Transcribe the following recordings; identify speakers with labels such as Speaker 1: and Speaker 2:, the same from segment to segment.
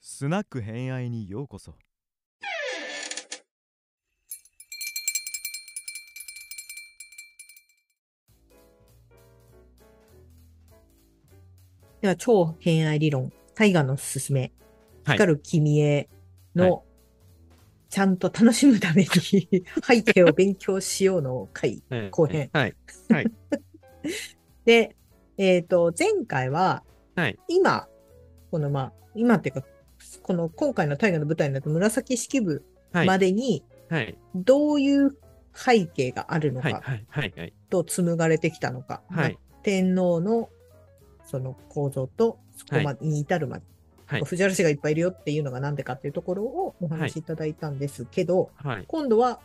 Speaker 1: スナック偏愛にようこそ
Speaker 2: では、超偏愛理論、大河のすすめ、
Speaker 1: はい
Speaker 2: 光る君への、
Speaker 1: は
Speaker 2: ちゃんと楽しむため に背景を勉強しようの回後編
Speaker 1: はい
Speaker 2: で、えっ、と、前回は、
Speaker 1: はい
Speaker 2: 今、このまあ、今っていうか、この今回の大河の舞台になった紫式部
Speaker 1: はい
Speaker 2: までに、
Speaker 1: はい
Speaker 2: どういう背景があるの
Speaker 1: はい
Speaker 2: か
Speaker 1: はいはいはい
Speaker 2: と紡がれてきたのか、
Speaker 1: はい
Speaker 2: 天皇のその構造とそこまでに至るまで、
Speaker 1: はい
Speaker 2: 藤原氏がいっぱいいるよっていうのが何でかっていうところをお話しいただいたんですけど、
Speaker 1: はい
Speaker 2: 今度は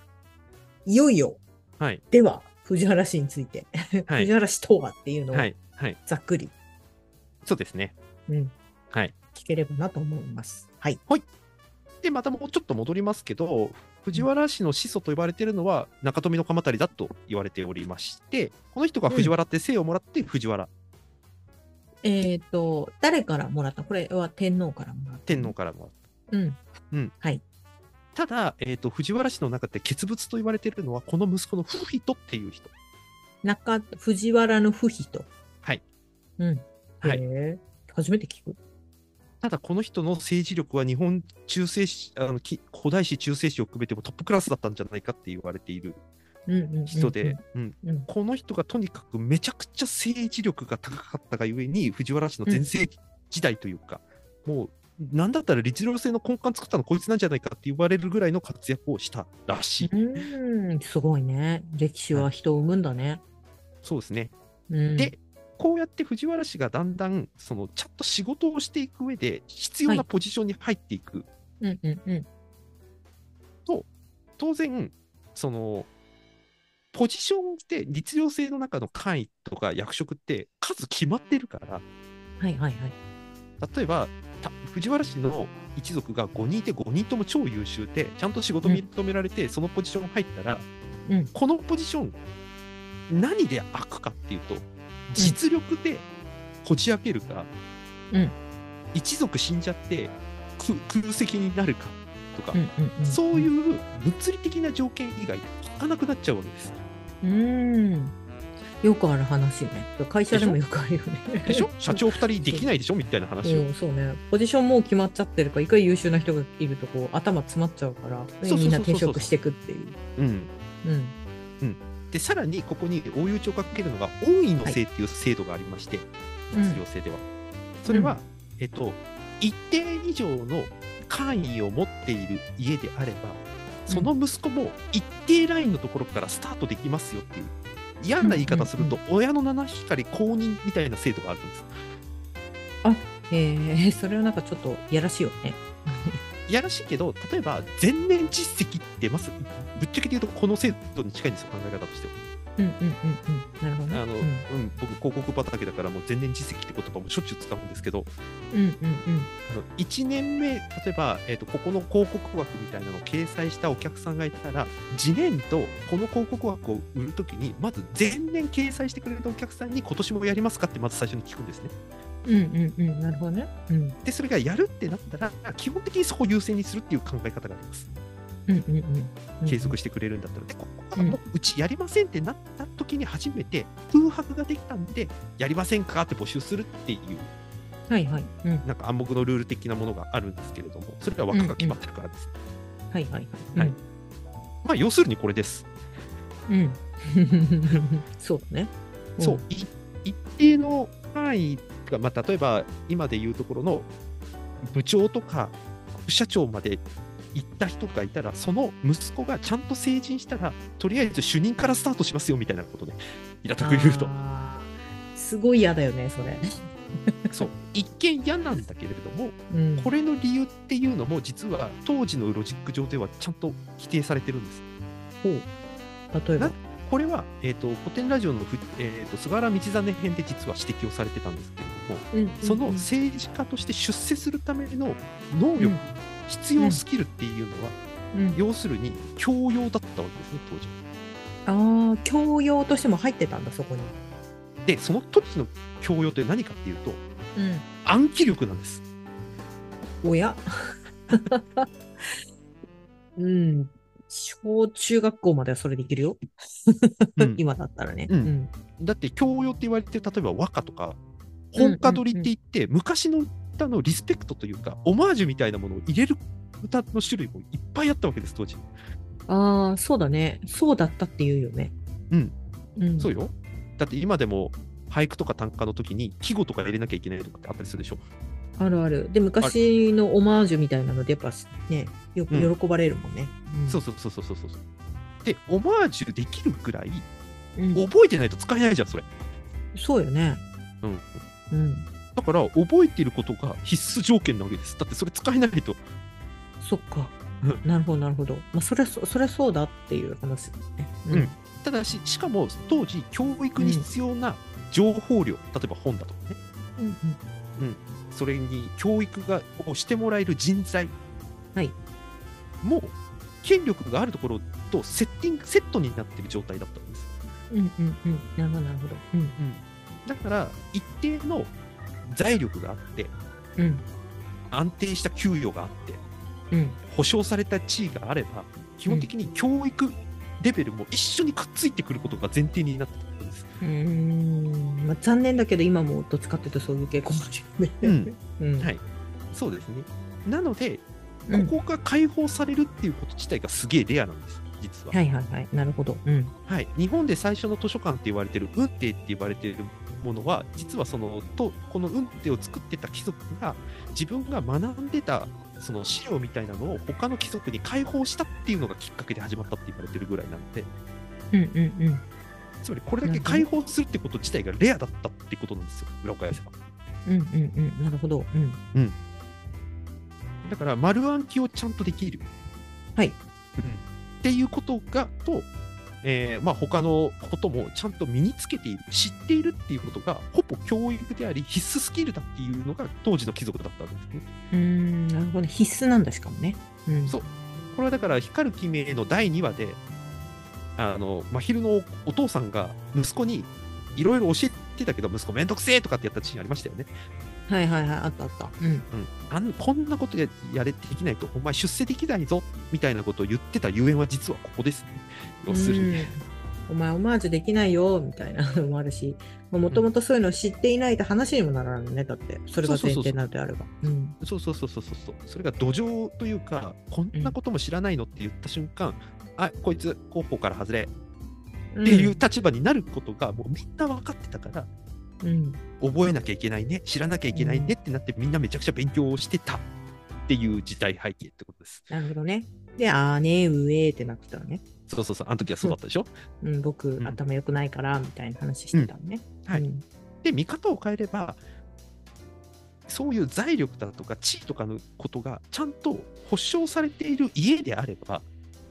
Speaker 2: いよいよ
Speaker 1: はい
Speaker 2: では藤原氏について、
Speaker 1: はい
Speaker 2: 藤原氏とはっていうのを
Speaker 1: はいはい
Speaker 2: ざっくり、
Speaker 1: そうですね
Speaker 2: うん
Speaker 1: はい
Speaker 2: 聞ければなと思います。はい、
Speaker 1: でまたもうちょっと戻りますけど藤原氏の始祖と言われているのは中富の鎌足だと言われておりましてこの人が藤原って姓をもらって藤原
Speaker 2: えっ、と誰からもらったこれは天皇からもらった
Speaker 1: 天皇からもらっ
Speaker 2: うん
Speaker 1: ただ、えー、と藤原氏の中で傑物と言われているのはこの息子のフフィトっていう人
Speaker 2: 中藤原の不比と。
Speaker 1: はい。
Speaker 2: うん。
Speaker 1: はい
Speaker 2: へえ初めて聞く。
Speaker 1: ただこの人の政治力は日本中世史あのき古代史中世史を含めてもトップクラスだったんじゃないかって言われている
Speaker 2: うんうんうんうん
Speaker 1: 人で、うん
Speaker 2: うん
Speaker 1: この人がとにかくめちゃくちゃ政治力が高かったがゆえに藤原氏の全盛時代というか、もう何だったら律令制の根幹作ったのこいつなんじゃないかって言われるぐらいの活躍をしたらしい、
Speaker 2: うーん、すごいね。歴史は人を生むんだね。
Speaker 1: そうですね
Speaker 2: うん、
Speaker 1: でこうやって藤原氏がだんだんそのちゃんと仕事をしていく上で必要なポジションに入っていく、
Speaker 2: うんうんうん。
Speaker 1: 当然そのポジションって律令制の中の官位とか役職って数決まってるから
Speaker 2: はいはいはい。
Speaker 1: 例えばた藤原氏の一族が5人いて5人とも超優秀でちゃんと仕事認められて、そのポジション入ったら、
Speaker 2: うん
Speaker 1: このポジション何で開くかっていうと実力でこじ開けるか、
Speaker 2: うん
Speaker 1: 一族死んじゃってく空席になるかとか、
Speaker 2: うんうんうん、。
Speaker 1: そういうう物理的な条件以外開かなくなっちゃうわけです。
Speaker 2: うーん。よくある話よね。会社でもよくあるよね。
Speaker 1: でしょ社長2人できないでしょみたいな話を。
Speaker 2: うん、そうね。ポジションもう決まっちゃってるから、いかに優秀な人がいるとこう頭詰まっちゃうから、
Speaker 1: そうそうそうそう
Speaker 2: みんな転職していくっていう。
Speaker 1: うん
Speaker 2: うん。
Speaker 1: でさらにここに応用帳をかけるのが恩義の制っていう制度がありまして、
Speaker 2: うん
Speaker 1: 律令制では。それは、えっと、一定以上の官位を持っている家であれば、その息子も一定ラインのところからスタートできますよっていう、嫌な言い方すると、親の七光公認みたいな制度があるんです。
Speaker 2: えー、それはなんかちょっとやらしいよね。
Speaker 1: いやらしいけど、例えば、前年実績ってます、ぶっちゃけて言うと、この制度に近いんですよ、考え方としては。
Speaker 2: うんうんうんうん。なるほどね。
Speaker 1: あのうん僕、広告畑だから、もう前年実績って言葉もしょっちゅう使うんですけど、
Speaker 2: うん、うんうんうん。
Speaker 1: あの1年目、例えば、えーと、ここの広告枠みたいなのを掲載したお客さんがいたら、次年とこの広告枠を売るときに、まず前年掲載してくれたお客さんに、今年もやりますかって、まず最初に聞くんですね。
Speaker 2: うんうんうん、なるほどね。うん、
Speaker 1: で、それがやるってなったら、基本的にそこを優先にするっていう考え方があります。
Speaker 2: うんうんうんうん。
Speaker 1: 継続してくれるんだったら。で、ここがもううちやりませんってなったときに初めて、空白ができたんで、やりませんかって募集するっていう、
Speaker 2: はいはい。うん、
Speaker 1: なんか暗黙のルール的なものがあるんですけれども、それが枠が決まってるからです。
Speaker 2: はいはい
Speaker 1: は
Speaker 2: はいい。
Speaker 1: まあ、要するにこれです。
Speaker 2: うん。 そうだね。
Speaker 1: そう、い一定の範囲が、まあ、例えば今でいうところの部長とか副社長まで行った人がいたら、その息子がちゃんと成人したら、とりあえず主任からスタートしますよみたいなことで、平たく言うと。
Speaker 2: あー。すごい嫌だよね、それ。
Speaker 1: そう一見嫌なんだけれども、
Speaker 2: うん。
Speaker 1: これの理由っていうのも、実は当時のロジック上ではちゃんと規定されてるんです。
Speaker 2: 例えば
Speaker 1: な。これは、えー、と古典ラジオのふ、えー、と菅原道真編で実は指摘をされてたんですけれども、
Speaker 2: うん
Speaker 1: その
Speaker 2: うん
Speaker 1: 政治家として出世するための能力、
Speaker 2: うん
Speaker 1: 必要スキルっていうのは、
Speaker 2: うん
Speaker 1: 要するに教養だったわけですね、当時。
Speaker 2: ああ、教養としても入ってたんだ、そこに。
Speaker 1: で、その時の教養って何かっていうと、
Speaker 2: うん。
Speaker 1: 暗記力なんです。
Speaker 2: おや うん。小中学校まではそれでいけるよ。
Speaker 1: うん
Speaker 2: 今だったらね。
Speaker 1: うんだって教養って言われて例えば和歌とか本歌取りって言って、昔の歌のリスペクトというかオマージュみたいなものを入れる歌の種類もいっぱいあったわけです当時、
Speaker 2: ああ、そうだね。そうだったって言うよね。
Speaker 1: うん。
Speaker 2: うん、
Speaker 1: そうよだって今でも俳句とか短歌の時に季語とか入れなきゃいけないとかってあったりするでしょ
Speaker 2: あるある。で、昔のオマージュみたいなので、やっぱね、よ
Speaker 1: う
Speaker 2: く喜ばれるもんね。うん
Speaker 1: そうそうそうそうそうそうでオマージュできるくらい
Speaker 2: うん
Speaker 1: 覚えてないと使えないじゃんそれ、
Speaker 2: そうよね。
Speaker 1: うん、
Speaker 2: うん。
Speaker 1: だから覚えてることが必須条件なわけですだってそれ使えないと
Speaker 2: そっか
Speaker 1: うん。
Speaker 2: なるほど、なるほど。まあ、それはそ、それはそうだっていう話だね。
Speaker 1: うんただししかも当時教育に必要な情報量、例えば本だとかね
Speaker 2: うん。うん
Speaker 1: それに教育がをしてもらえる人材
Speaker 2: はい
Speaker 1: もう権力があるところとセッティングセットになってる状態だったんです、
Speaker 2: うんうんうん。なるほど、なるほど。うん。
Speaker 1: だから一定の財力があって
Speaker 2: うん。
Speaker 1: 安定した給与があって
Speaker 2: うん。
Speaker 1: 保障された地位があれば基本的に教育レベルも一緒にくっついてくることが前提になってたんです、
Speaker 2: うーんまあ、残念だけど今もどっちかっていうとそういう傾向があるよね。 うん
Speaker 1: はいそうですねなので
Speaker 2: うん
Speaker 1: ここが解放されるっていうこと自体がすげえレアなんです実は
Speaker 2: はいはいはいなるほど。うん
Speaker 1: はい、日本で最初の図書館って言われてる運帝って言われてるものは実はそのとこの運帝を作ってた貴族が自分が学んでたその資料みたいなのを他の貴族に解放したっていうのがきっかけで始まったって言われてるぐらいなので
Speaker 2: うんうんうん
Speaker 1: つまりこれだけ解放するってこと自体がレアだったってことなんですよ裏を返せば
Speaker 2: うんうんうんなるほど。うん
Speaker 1: だから丸暗記をちゃんとできる、
Speaker 2: はい
Speaker 1: っていうことがと、えーまあ、他のこともちゃんと身につけている知っているっていうことがほぼ教育であり必須スキルだっていうのが当時の貴族だったんですね。
Speaker 2: うーんなるほど必須なんだしかもね。うん
Speaker 1: そうこれはだから光る君への第2話であの真昼のお父さんが息子にいろいろ教えてたけど息子めんどくせえとかってやったシーンありましたよね。
Speaker 2: はいはいはいあったあった。うん
Speaker 1: うん、あんこんなことややれできないとお前出世できないぞみたいなことを言ってたゆえんは実はここですね。要するに。
Speaker 2: うんお前オマージュできないよみたいなのもあるしもともとそういうのを知っていないと話にもならないねだってそれが前提なのであれば。うん
Speaker 1: そうそうそうそうそうそう。それが土壌というか、こんなことも知らないのって言った瞬間、あこいつ候補から外れっていう立場になることがもうみんな分かってたから、
Speaker 2: うん
Speaker 1: 覚えなきゃいけないね、知らなきゃいけないねってなって、みんなめちゃくちゃ勉強をしてたっていう時代背景ってことです。
Speaker 2: なるほどね。であーね上ってなってたのね。
Speaker 1: そうそうそう、あの時はそうだったでしょ。
Speaker 2: うん、僕、
Speaker 1: うん
Speaker 2: 頭良くないからみたいな話してたのね。
Speaker 1: うんはい
Speaker 2: うん
Speaker 1: で、見方を変えれば、そういう財力だとか地位とかのことがちゃんと保障されている家であれば、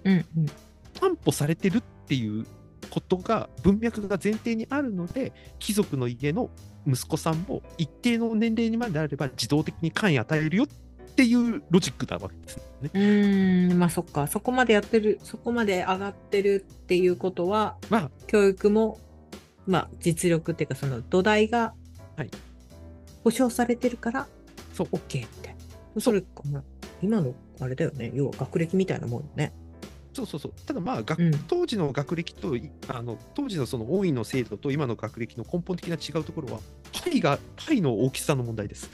Speaker 2: うんうん
Speaker 1: 担保されてるっていうことが文脈が前提にあるので貴族の家の息子さんも一定の年齢にまであれば自動的に官位与えるよっていうロジックなわけですね。
Speaker 2: うーんまあそっかそこまでやってるそこまで上がってるっていうことは
Speaker 1: まあ
Speaker 2: 教育もまあ実力っていうかその土台が
Speaker 1: はい
Speaker 2: 保証されてるから
Speaker 1: そう
Speaker 2: OK みたいなそれまあ今のあれだよね要は学歴みたいなもんよね。
Speaker 1: そうそうそうただまあ学
Speaker 2: うん
Speaker 1: 当時の学歴といあの当時のその王位の制度と今の学歴の根本的な違うところはパイがパイの大きさの問題です。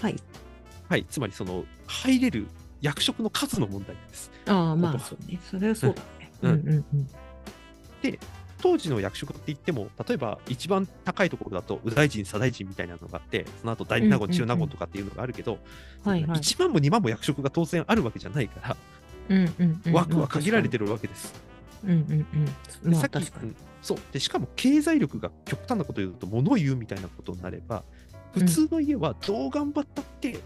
Speaker 2: はい。
Speaker 1: はい、つまりその入れる役職の数の問題です。
Speaker 2: ああま
Speaker 1: こ
Speaker 2: あ
Speaker 1: と
Speaker 2: そうねそれはそうだね。
Speaker 1: うん
Speaker 2: うんうん
Speaker 1: 当時の役職って言っても、例えば一番高いところだと、右大臣、左大臣みたいなのがあって、その後大納
Speaker 2: うんうんう
Speaker 1: 言、
Speaker 2: ん
Speaker 1: 中納言とかっていうのがあるけど、
Speaker 2: はいはい。
Speaker 1: 1万も2万も役職が当然あるわけじゃないか
Speaker 2: うんうんう
Speaker 1: ら、
Speaker 2: ん
Speaker 1: 枠は限られて
Speaker 2: る。
Speaker 1: るわけです。
Speaker 2: うんうんうん。
Speaker 1: で
Speaker 2: ま
Speaker 1: さ
Speaker 2: あ
Speaker 1: っき
Speaker 2: 確か
Speaker 1: う
Speaker 2: に。
Speaker 1: んそうでしかも経済力が極端なこと言うと、物を言うみたいなことになれば、普通の家はどう頑張ったって、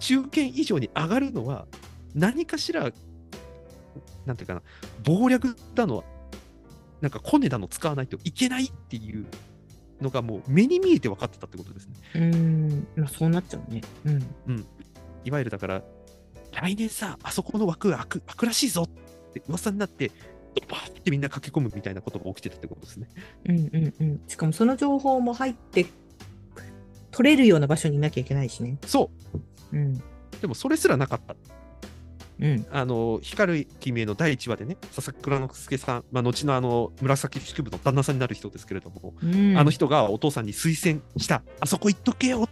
Speaker 1: 中堅以上に上がるのは、何かしら、なんていうかな、謀略だの、なんかコネだの使わないといけないっていうのが、もう目に見えて分かってたってことですね。
Speaker 2: うーん、まあそうなっちゃうね。うん。
Speaker 1: いわゆるだから、来年さ、あそこの枠開く開くらしいぞって噂になって、ドバーってみんな駆け込むみたいなことが起きてたってことですね。
Speaker 2: うんうんうん。しかもその情報も入って、取れるような場所にいなきゃいけないしね。
Speaker 1: そう
Speaker 2: うん。
Speaker 1: でもそれすらなかった。
Speaker 2: うん。
Speaker 1: あの光る君への第1話でね、佐々木蔵之介さん、まあ、後のあの紫式部の旦那さんになる人ですけれども、
Speaker 2: うん、
Speaker 1: あの人がお父さんに推薦した、あそこ行っとけよっ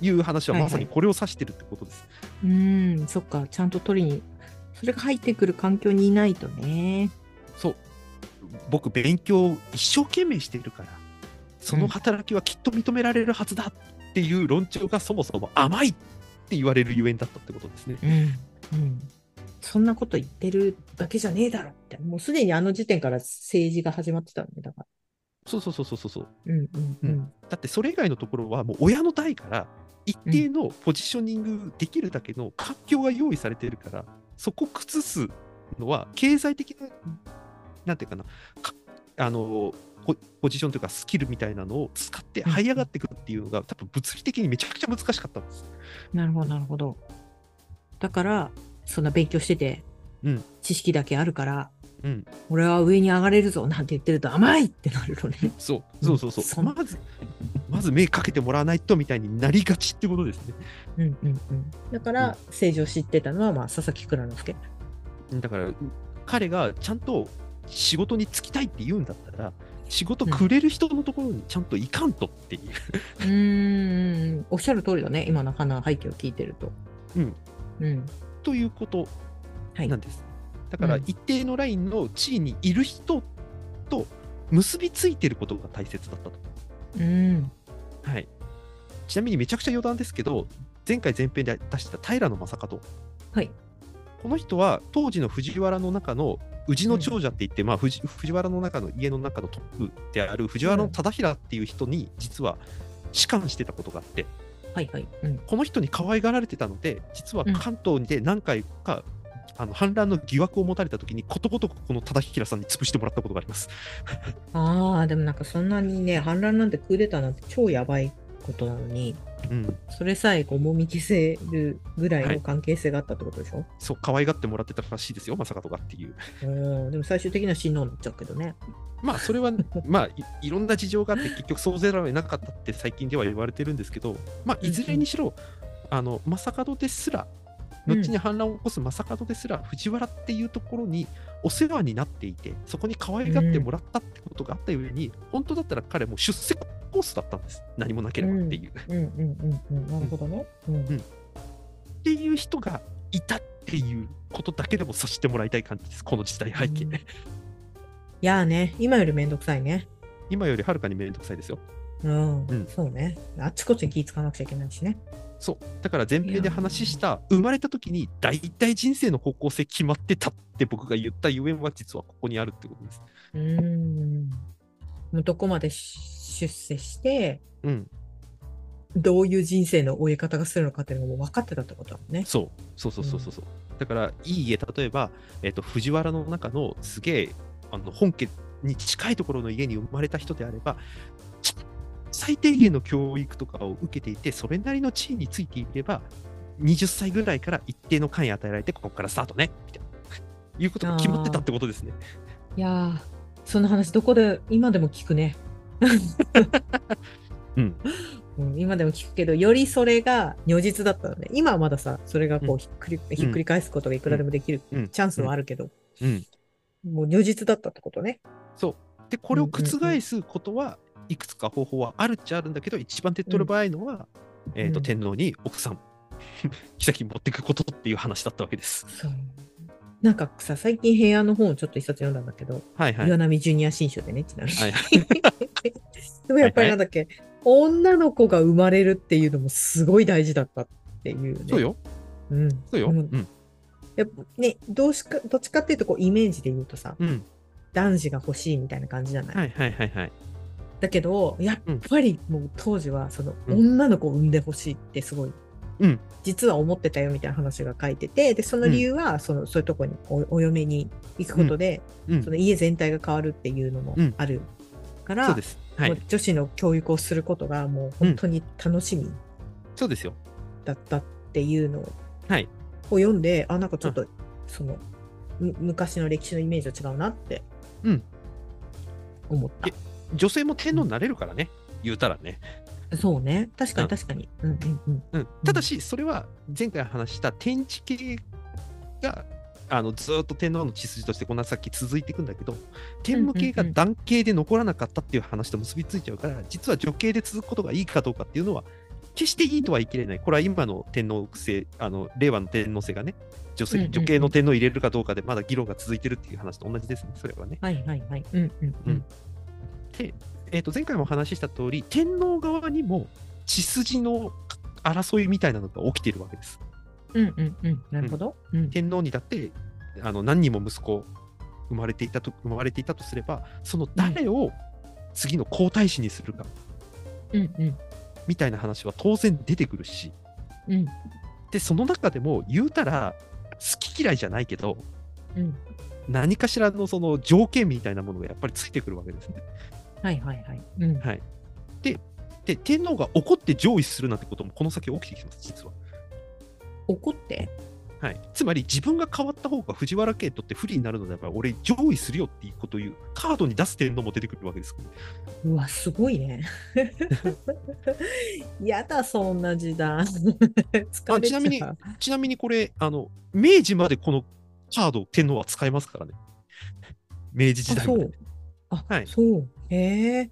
Speaker 1: ていう話はまさにこれを指してるってことです。
Speaker 2: うん、そっか、ちゃんと取りに、それが入ってくる環境にいないとね。
Speaker 1: そう僕、勉強を一生懸命しているから、その働きはきっと認められるはずだっていう論調がそもそも甘いって言われるゆえんだったってことですね。
Speaker 2: うん。うん。そんなこと言ってるだけじゃねえだろって、もうすでにあの時点から政治が始まってたんだか
Speaker 1: そうそうそうそうそうそう。
Speaker 2: ら。うんうんうん。
Speaker 1: だってそれ以外のところはもう親の代から一定のポジショニングできるだけの環境が用意されてるからそこ崩すのは経済的ななんていうかなかあのポポジションというかスキルみたいなのを使って
Speaker 2: うん
Speaker 1: 這い上がってくるっていうのが多分物理的にめちゃくちゃ難しかったんです。
Speaker 2: なるほど、なるほど。だから、そんな勉強してて、
Speaker 1: うん
Speaker 2: 知識だけあるから、
Speaker 1: うん、
Speaker 2: 俺は上に上がれるぞなんて言ってると甘いってなるのね。
Speaker 1: そうそうそうそう、
Speaker 2: そん
Speaker 1: まずまず目かけてもらわないとみたいになりがちってことですね。
Speaker 2: うんうんうん。だから、政治を知ってたのは、まあ、佐々木蔵之介。
Speaker 1: だから彼がちゃんと仕事に就きたいって言うんだったら仕事くれる人のところにちゃんと行かんとっていう、
Speaker 2: うーん、おっしゃる通りだね、今の花背景を聞いてると。
Speaker 1: うん。
Speaker 2: うん。
Speaker 1: ということ
Speaker 2: はい。
Speaker 1: なんです。だから
Speaker 2: うん
Speaker 1: 一定のラインの地位にいる人と結びついてることが大切だったと。
Speaker 2: うん。
Speaker 1: はい、ちなみにめちゃくちゃ余談ですけど前回前編で出した平野正門
Speaker 2: はい。
Speaker 1: この人は当時の藤原の中の宇治の長者って言って、まあ、藤藤原の中の家の中のトップである藤原の忠衡っていう人に実は仕官してたことがあって
Speaker 2: はいはい。うん。
Speaker 1: この人に可愛がられてたので実は
Speaker 2: うん
Speaker 1: 関東で何回か、あの反乱の疑惑を持たれた時にことごとくこの忠衡さんに潰してもらったことがあります。
Speaker 2: ああ、でもなんかそんなにね、反乱なんてクーデターなんて超やばいことなのに、
Speaker 1: うん、
Speaker 2: それさえこうもみ消せるぐらい
Speaker 1: は
Speaker 2: の
Speaker 1: い
Speaker 2: 関係性があったってことでしょ、
Speaker 1: そう可愛がってもらってたらしいですよ正門がっていう。
Speaker 2: うん。でも最終的には親王になっちゃうけどね。
Speaker 1: まあそれは まあいいろんな事情があって結局そうせざるを得なかったって最近では言われてるんですけど、まあ、いずれにしろ、あの正門ですら
Speaker 2: うん
Speaker 1: 後に反乱を起こす正門ですら、藤原っていうところにお世話になっていてそこに可愛がってもらったってことがあったゆえに、本当だったら彼も出世コースだったんです何もなければっていう、っ
Speaker 2: うんうんうんうん。なるほどね。うん。
Speaker 1: ていう人がいたっていうことだけでもさせてもらいたい感じですこの時代背景、
Speaker 2: うんいやーね、今よりめんどくさいね。
Speaker 1: 今よりはるかに面倒くさいですよ
Speaker 2: うん。
Speaker 1: うん
Speaker 2: そうね。あっちこっちに気ぃつかなくちゃいけないしね。
Speaker 1: そうだから前編で話した生まれた時に大体人生の方向性決まってたって僕が言ったゆえんは実はここにあるってことです。
Speaker 2: うーん。もうどこまでし出世して、
Speaker 1: うん、
Speaker 2: どういう人生の終え方がするのかっていうのがもう分かってたってことだもんね。
Speaker 1: そうそうそうそうそうそう、だからいい家例えば、えっと藤原の中のすげえあの本家に近いところの家に生まれた人であればち最低限の教育とかを受けていてそれなりの地位についていれば20歳ぐらいから一定の官位与えられてここからスタートねみたいないうことが決まってたってことですね。
Speaker 2: いやー、その話どこで、今でも聞く ね。
Speaker 1: うん
Speaker 2: うん、今でも聞くけど、よりそれが如実だったのね。今はまださ、それがこうひっくり、ひっくり返すことがいくらでもできる、
Speaker 1: うん
Speaker 2: チャンスはあるけど、
Speaker 1: うん
Speaker 2: もう如実だったってことね。
Speaker 1: でこれを覆
Speaker 2: うんうんうん
Speaker 1: すことはいくつか方法はあるっちゃあるんだけど一番手っ取り早いのは、えー、
Speaker 2: う
Speaker 1: と
Speaker 2: ん
Speaker 1: 天皇に奥さん 妃に持っていくことっていう話だったわけです。
Speaker 2: そう。なんかさ、最近平安の本をちょっと一冊読んだんだけど、
Speaker 1: はいはい。
Speaker 2: 岩波ジュニア新書でね、ちなみに。
Speaker 1: はい
Speaker 2: でもやっぱりなんだっけ、女の子が生まれるっていうのもすごい大事だったっていうね。
Speaker 1: そう。よ、
Speaker 2: うん。
Speaker 1: そうよ。う
Speaker 2: うん
Speaker 1: ん、
Speaker 2: やっぱね、どうしか、どっちかっていうとこうイメージで言うとさ、
Speaker 1: うん、
Speaker 2: 男子が欲しいみたいな感じじゃない、
Speaker 1: はいはいはいはい。
Speaker 2: だけど、やっぱりもう当時はその
Speaker 1: うん
Speaker 2: 女の子を産んでほしいってすごい、
Speaker 1: うん
Speaker 2: 実は思ってたよみたいな話が書いてて、で、その理由は、その、そういうとこにおお嫁に行くことで、
Speaker 1: うん、
Speaker 2: そ
Speaker 1: そ
Speaker 2: の家全体が変わるっていうのもあるから、
Speaker 1: うです。は
Speaker 2: もう
Speaker 1: い、
Speaker 2: 女子の教育をすることがもう本当に楽しみ
Speaker 1: そうですよ。
Speaker 2: だったっていうのを
Speaker 1: はい
Speaker 2: 読んで、あなんかちょっとその、む昔の歴史のイメージと違うなって
Speaker 1: うん
Speaker 2: 思った
Speaker 1: え。女性も天皇になれるからね、言うたらね。
Speaker 2: そうね。確か
Speaker 1: う
Speaker 2: に
Speaker 1: ん
Speaker 2: 確かに。うんうんうん。
Speaker 1: うん、ただし、それは前回話した天地系があのずーっと天皇の血筋としてこんなさっき続いていくんだけど天武系が男系で残らなかったっていう話と結びついちゃうから、実は女系で続くことがいいかどうかっていうのは決していいとは言い切れないこれは今の天皇制あの令和の天皇制がね女性
Speaker 2: うんうんうん
Speaker 1: 女系の天皇を入れるかどうかでまだ議論が続いてるっていう話と同じですねそれはね。
Speaker 2: はいはいはい。うんうんう
Speaker 1: うんん。で、えー、と前回もお話しした通り天皇側にも血筋の争いみたいなのが起きているわけです。
Speaker 2: うんうんうん。なるほど。うん。
Speaker 1: 天皇にだってあの何人も息子生まれていたと生まれていたとすればその誰を次の皇太子にするか
Speaker 2: うんうん
Speaker 1: みたいな話は当然出てくるし
Speaker 2: うん
Speaker 1: でその中でも言うたら好き嫌いじゃないけど
Speaker 2: うん。
Speaker 1: 何かしらのその条件みたいなものがやっぱりついてくるわけですね。
Speaker 2: はいはいはい。うん。
Speaker 1: はい、でで天皇が怒って上位するなんてこともこの先起きてきます実は。
Speaker 2: 怒って。
Speaker 1: はい、つまり自分が変わった方が藤原家にとって不利になるのであれば俺上位するよっていうことを言うカードに出す天皇も出てくるわけですからね
Speaker 2: うわ、すごい ね。やだ、そんな 時代。疲
Speaker 1: あ
Speaker 2: れ
Speaker 1: ち
Speaker 2: ち
Speaker 1: な
Speaker 2: ゃ
Speaker 1: みに
Speaker 2: う。
Speaker 1: ちなみにこれ、あの、明治までこのカード、天皇は使えますからね。 明治時
Speaker 2: あ、
Speaker 1: 代
Speaker 2: そ
Speaker 1: まで
Speaker 2: う。。あ、
Speaker 1: はい
Speaker 2: そう。へえ。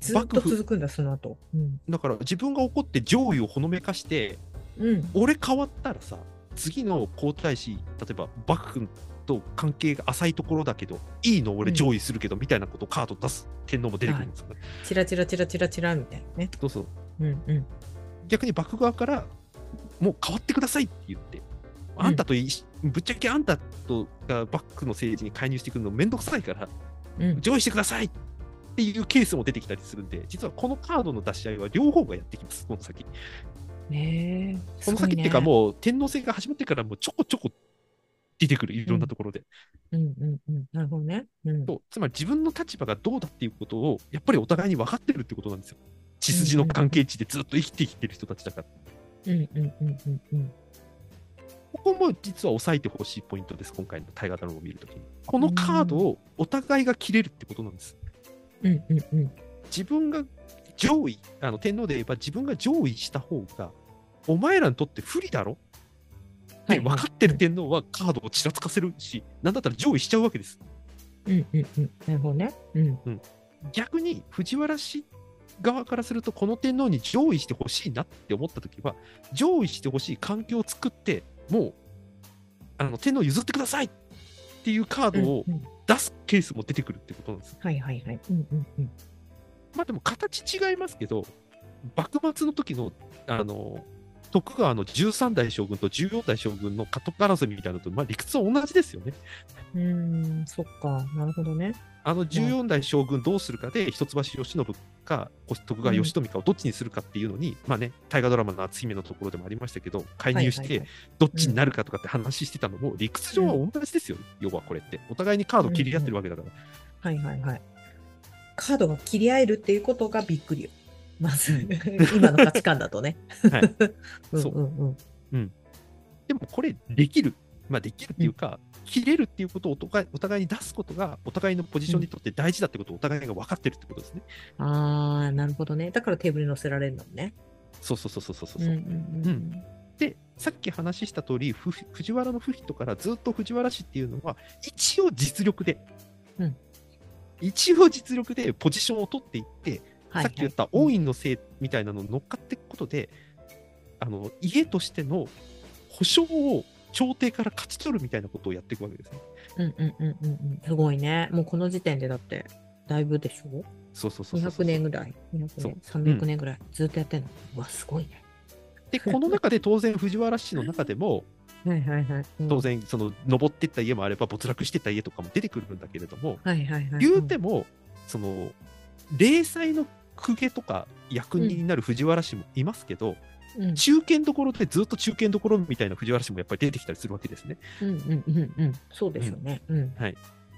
Speaker 2: ずっと
Speaker 1: 幕府
Speaker 2: 続くんだ、その後。うん。
Speaker 1: だから自分が怒って上位をほのめかして、
Speaker 2: うん。
Speaker 1: 俺変わったらさ、次の皇太子、例えば幕府と関係が浅いところだけど、いいの俺上位するけど、みたいなことをカード出す天皇も出てくるんですよね。
Speaker 2: チラチラチラチラチラみたいなね。
Speaker 1: そうそう。
Speaker 2: うんうん。
Speaker 1: 逆に幕府側から、もう変わってくださいって言って。
Speaker 2: ん
Speaker 1: あんたといいし、ぶっちゃけあんたとが幕府の政治に介入してくるのめんどくさいから、
Speaker 2: うん、
Speaker 1: 上位してくださいっていうケースも出てきたりするんで、実はこのカードの出し合いは両方がやってきます、この先。
Speaker 2: ねえ
Speaker 1: この
Speaker 2: すご
Speaker 1: 先
Speaker 2: い
Speaker 1: っていうか、もう天皇制が始まってから、もうちょこちょこ出てくる、いろんなところで。
Speaker 2: ね、うんうんうん、なるほどね。うん、
Speaker 1: そうつまり自分の立場がどうだっていうことを、やっぱりお互いに分かってるってことなんですよ。血筋の関係値でずっと生きてきてる人たちだから。
Speaker 2: うんうんうんうんうん。
Speaker 1: ここも実は押さえてほしいポイントです、今回の大河ドラマを見るときに。このカードをお互いが切れるってことなんです。
Speaker 2: うんうんうん。
Speaker 1: 自分が上位あの天皇で言えば自分が上位した方がお前らにとって不利だろ、
Speaker 2: は
Speaker 1: ね
Speaker 2: い
Speaker 1: 分かってる天皇はカードをちらつかせるしなんだったら上位しちゃうわけです
Speaker 2: うんうんうん。なるほどね。うん。
Speaker 1: 逆に藤原氏側からするとこの天皇に上位してほしいなって思った時は上位してほしい環境を作ってもうあの天皇譲ってくださいっていうカードを
Speaker 2: うんうん
Speaker 1: 出すケースも出てくるってことなんです。
Speaker 2: はいはいはい。うんうんうん。
Speaker 1: まあでも形違いますけど、幕末の時のあの徳川の13代将軍と14代将軍の家督争いみたいなのと、まあ、理屈は同じですよね。
Speaker 2: うーん、そっか。なるほどね。
Speaker 1: あの14代将軍どうするかで、一橋慶喜かこ徳川慶富かをどっちにするかっていうのに、まあね、大河ドラマの篤姫のところでもありましたけど、介入し
Speaker 2: はいはい
Speaker 1: て
Speaker 2: はい
Speaker 1: どっちになるかとかって話してたのも、理屈上は同じですよ、要はこれって。お互いにカード切り合ってるわけだから。
Speaker 2: はいはいはい。カードが切り合えるっていうことがびっくりよ。まず、今の価値観だとね。
Speaker 1: はい
Speaker 2: うん
Speaker 1: そう
Speaker 2: うんうん。
Speaker 1: でもこれできる、まあ、できるっていうか、切れるっていうことをお互いお互いに出すことが、お互いのポジションにとって大事だってことをお互いが分かってるってことですね。
Speaker 2: ああ、なるほどね。だからテーブルに乗せられるのね。
Speaker 1: そうそうそうそうそうそう。
Speaker 2: うんうんうんう。
Speaker 1: うんで、さっき話した通り、ふ藤原の不人からずっと藤原氏っていうのは、一応実力で、
Speaker 2: うん
Speaker 1: 一応実力でポジションを取っていって、
Speaker 2: はいはい
Speaker 1: さっき言った
Speaker 2: う
Speaker 1: 王
Speaker 2: ん
Speaker 1: 院のせいみたいなのに乗っかっていくことで、あの家としての保証を朝廷から勝ち取るみたいなことをやっていくわけですね。
Speaker 2: うんうんうんうんうん。すごいね。もうこの時点でだって、だいぶでしょ
Speaker 1: そうそうそうそうそ
Speaker 2: 200
Speaker 1: う
Speaker 2: 年ぐらい、200
Speaker 1: そう
Speaker 2: 年、300年ぐらい、ずっとやってんの。うわ、すごいね。
Speaker 1: でこの中で当然藤原氏の中でも
Speaker 2: はいはいはい。
Speaker 1: 当。然その登っていった家もあれば没落していった家とかも出てくるんだけれども
Speaker 2: はいはいはい。
Speaker 1: 言うてもその零細の公家とか役人になる藤原氏もいますけど
Speaker 2: うん、うん
Speaker 1: 中堅どころでずっと中堅どころみたいな藤原氏もやっぱり出てきたりするわけですね。
Speaker 2: うんうんうんうん。そうですよね。うん。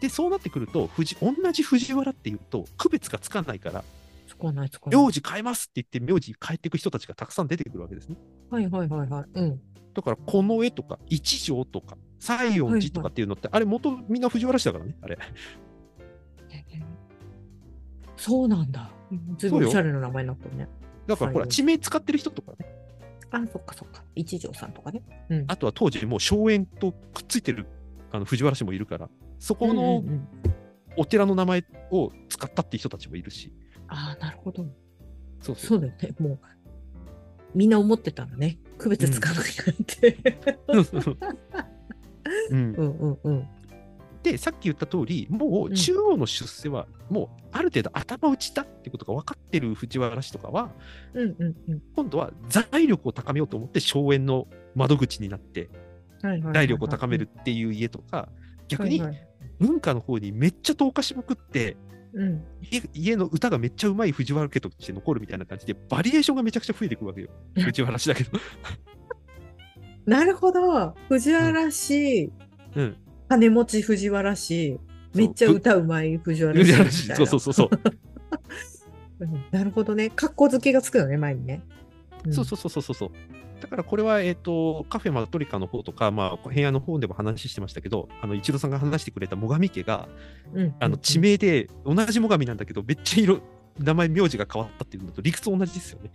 Speaker 1: でそうなってくると藤同じ藤原っていうと区別がつかないから
Speaker 2: つかないつかない。
Speaker 1: 名字変えますって言って名字変えていく人たちがたくさん出てくるわけですね。
Speaker 2: はいはいはいはい。うん。
Speaker 1: だから、この絵とか、一条とか、西園寺とかっていうのって、あれ、元、みんな藤原氏だからね、あれ。
Speaker 2: そうなんだ。ずいぶんおしゃれな名前になったね。
Speaker 1: だからほら、
Speaker 2: 採用
Speaker 1: 地名使ってる人とかね、
Speaker 2: あ、そっかそっか。一条さんとかね。うん。
Speaker 1: あとは当時、もう荘園とくっついてるあの藤原氏もいるから、そこの
Speaker 2: うんうんうん
Speaker 1: お寺の名前を使ったっていう人たちもいるし、
Speaker 2: ああ、なるほど。
Speaker 1: そうそう
Speaker 2: そうだよね。もう、みんな思ってたのね。区別つかないなんて。
Speaker 1: うん
Speaker 2: う、んうんうん。
Speaker 1: でさっき言った通りもう中央の出世はもうある程度頭打ちだってことが分かってる藤原氏とかは
Speaker 2: うんうんうん。
Speaker 1: 今度は財力を高めようと思って荘園の窓口になって
Speaker 2: はいはいはいはい
Speaker 1: 財力を高める。っていう家とか逆に
Speaker 2: はいはい
Speaker 1: 文化の方にめっちゃ投下しまくって
Speaker 2: うん。
Speaker 1: 家家の歌がめっちゃうまい藤原家として残るみたいな感じでバリエーションがめちゃくちゃ増えていくわけよ藤原氏だけ ど
Speaker 2: なるほど。藤原氏、
Speaker 1: うん
Speaker 2: 金持ち藤原氏、めっちゃ
Speaker 1: そう
Speaker 2: 歌うまい藤原氏
Speaker 1: 藤
Speaker 2: みた
Speaker 1: 原
Speaker 2: いな。
Speaker 1: 氏そうそうそうそう
Speaker 2: うんなるほどね。格好付けがつくのね、前にね。ん
Speaker 1: そうそうそうそうそうそう。だからこれは、えっとカフェマトリカの方とか、まあ、平野の方でも話してましたけど、あの一郎さんが話してくれた最上家が、
Speaker 2: うん
Speaker 1: あの地名で同じ最上なんだけど、めっちゃ色、名前、名字が変わったっていうのと理屈同じですよね。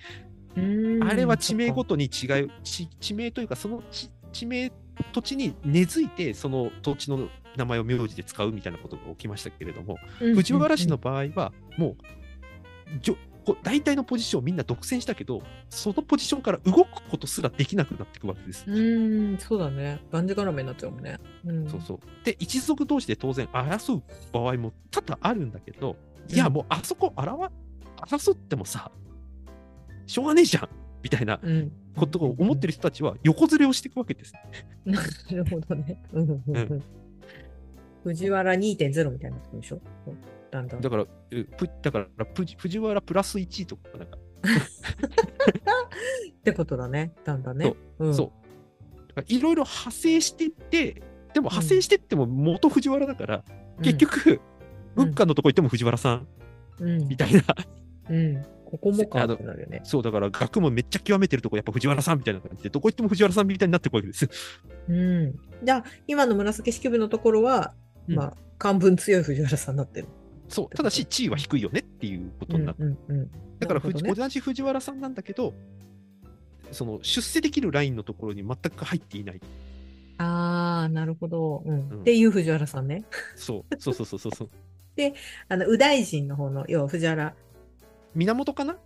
Speaker 2: うん
Speaker 1: あれは地名ごとに違う、地地名というか、その地地名、土地に根付いて、その土地の名前を名字で使うみたいなことが起きましたけれども、藤原氏の、場合は、もう、じょこう大体のポジションをみんな独占したけど、そのポジションから動くことすらできなくなっていくわけです。
Speaker 2: うんうんうん、うんそうだね。がんじがらめになっちゃうもんね。うん
Speaker 1: そうそうで、一族同士で当然争う場合も多々あるんだけど、いや、
Speaker 2: うん
Speaker 1: もうあそこ争わ争ってもさ、しょうがねえじゃんみたいな
Speaker 2: うん。
Speaker 1: ことを思ってる人たちは横ずれをしていくわけです。
Speaker 2: なるほどね。うんうんうん
Speaker 1: う
Speaker 2: う。
Speaker 1: ん
Speaker 2: 藤原2.0みたいになってくるでしょだんだん。
Speaker 1: だから、えぷだからプジ藤原プラス1とか、なんか、
Speaker 2: ってことだね。だんだんね。うん
Speaker 1: そう。だからいろいろ派生していって、でも派生していっても元藤原だから、
Speaker 2: うん
Speaker 1: 結局、
Speaker 2: うん
Speaker 1: ウッカンのとこ行っても藤原さん
Speaker 2: うん
Speaker 1: みたいな、
Speaker 2: うん。ここもか
Speaker 1: あの
Speaker 2: ってなるよね。
Speaker 1: そうだから学問めっちゃ極めてるとこやっぱ藤原さんみたいな感じで、どこ行っても藤原さんみたいになってくわけです。
Speaker 2: うん。じゃあ、今の紫式部のところは、
Speaker 1: うん
Speaker 2: まあ、漢文強い藤原さんになってる。
Speaker 1: そう、ただし地位は低いよねっていうことになって、
Speaker 2: うんうんうん
Speaker 1: だから
Speaker 2: なるほ
Speaker 1: 藤、
Speaker 2: どね
Speaker 1: 同じ藤原さんなんだけど、その出世できるラインのところに全く入っていない。
Speaker 2: ああ、なるほど、うん
Speaker 1: うん
Speaker 2: っていう藤原さんね。
Speaker 1: そう、そうそうそうそうそう。
Speaker 2: あの、右大臣の方の、要は藤原。
Speaker 1: 源かな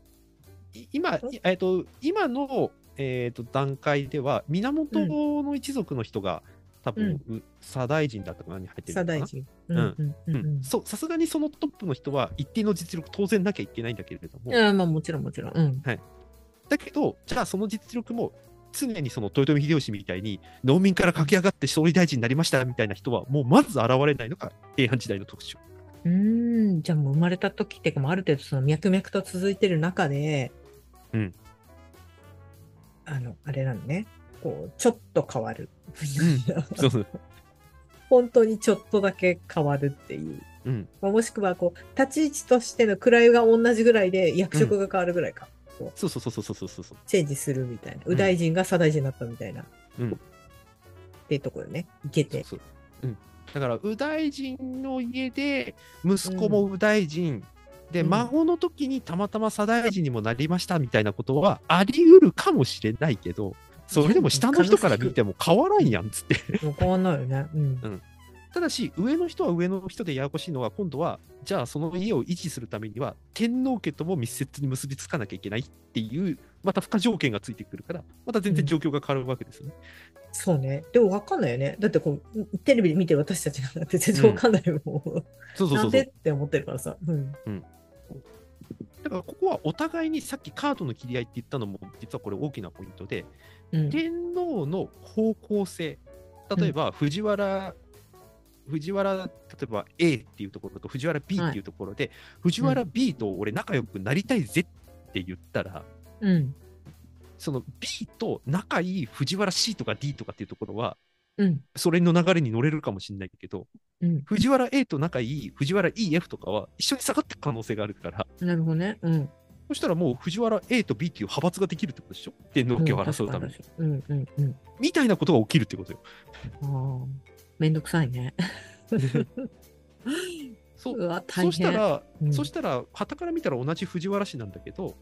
Speaker 1: い今、いえっと、今の、えっと段階では、源の一族の人が、多分、う左大臣だったかなに入ってる
Speaker 2: 左
Speaker 1: のかな
Speaker 2: 大臣。うんんうんう
Speaker 1: うん
Speaker 2: うん
Speaker 1: ん、そうさすがにそのトップの人は一定の実力当然なきゃいけないんだけれども、
Speaker 2: うん。まあ、もちろんもちろん。うん。
Speaker 1: だけどじゃあその実力も常にその豊臣秀吉みたいに農民から駆け上がって総理大臣になりましたみたいな人はもうまず現れないのが平安時代の 特徴。
Speaker 2: うーん、じゃあもう生まれた時っていうか、もうある程度その脈々と続いてる中で、
Speaker 1: うん。
Speaker 2: あの、あれなのね。こう、ちょっと変わる。
Speaker 1: そうそう
Speaker 2: 本当にちょっとだけ変わるっていう。
Speaker 1: うん、
Speaker 2: まあもしくは、こう、立ち位置としての位が同じぐらいで、役職が変わるぐらいか。
Speaker 1: そうそうそうそうそうそうそう
Speaker 2: チェンジするみたいな。
Speaker 1: ん
Speaker 2: 右大臣が左大臣になったみたいな。
Speaker 1: うん
Speaker 2: っていうところね。いけて。
Speaker 1: そううん、だから右大臣の家で息子も右大臣、で
Speaker 2: うん
Speaker 1: 孫の時にたまたま左大臣にもなりましたみたいなことはあり得るかもしれないけどそれでも下の人から見ても変わらんやんっつって
Speaker 2: もう変わんないよね。うん。
Speaker 1: ただし上の人は上の人でややこしいのは今度はじゃあその家を維持するためには天皇家とも密接に結びつかなきゃいけないっていうまた付加条件がついてくるからまた全然状況が変わるわけですよね。
Speaker 2: そうね。でも分かんないよね。だってこう、テレビで見てる私たちがなんて全然分かんないもん。
Speaker 1: そうそう
Speaker 2: な
Speaker 1: そう
Speaker 2: ん
Speaker 1: そ
Speaker 2: で
Speaker 1: う
Speaker 2: って思ってるからさ。うん。
Speaker 1: だからここはお互いにさっきカードの切り合いって言ったのも実はこれ大きなポイントで
Speaker 2: うん、
Speaker 1: 天皇の方向性例えば藤原、藤原例えば A っていうところと藤原 B っていうところで、藤原 B と俺仲良くなりたいぜって言ったら、
Speaker 2: うん。
Speaker 1: その B と仲いい藤原 C とか D とかっていうところは、
Speaker 2: うん。
Speaker 1: それの流れに乗れるかもしれないけど、
Speaker 2: うん。
Speaker 1: 藤原 A と仲いい藤原 EF とかは一緒に下がっていく可能性があるから、
Speaker 2: なるほどね。うん。
Speaker 1: そしたらもう藤原 A と B っていう派閥ができるってことでしょ天皇家を争うために。
Speaker 2: うん。うん。うん。
Speaker 1: みたいなことが起き るってことよ。
Speaker 2: ああ。めんどくさいね。
Speaker 1: そう
Speaker 2: うわ、
Speaker 1: そ
Speaker 2: 大変。
Speaker 1: したら、
Speaker 2: うん
Speaker 1: そしたら、はたから見たら同じ藤原氏なんだけど、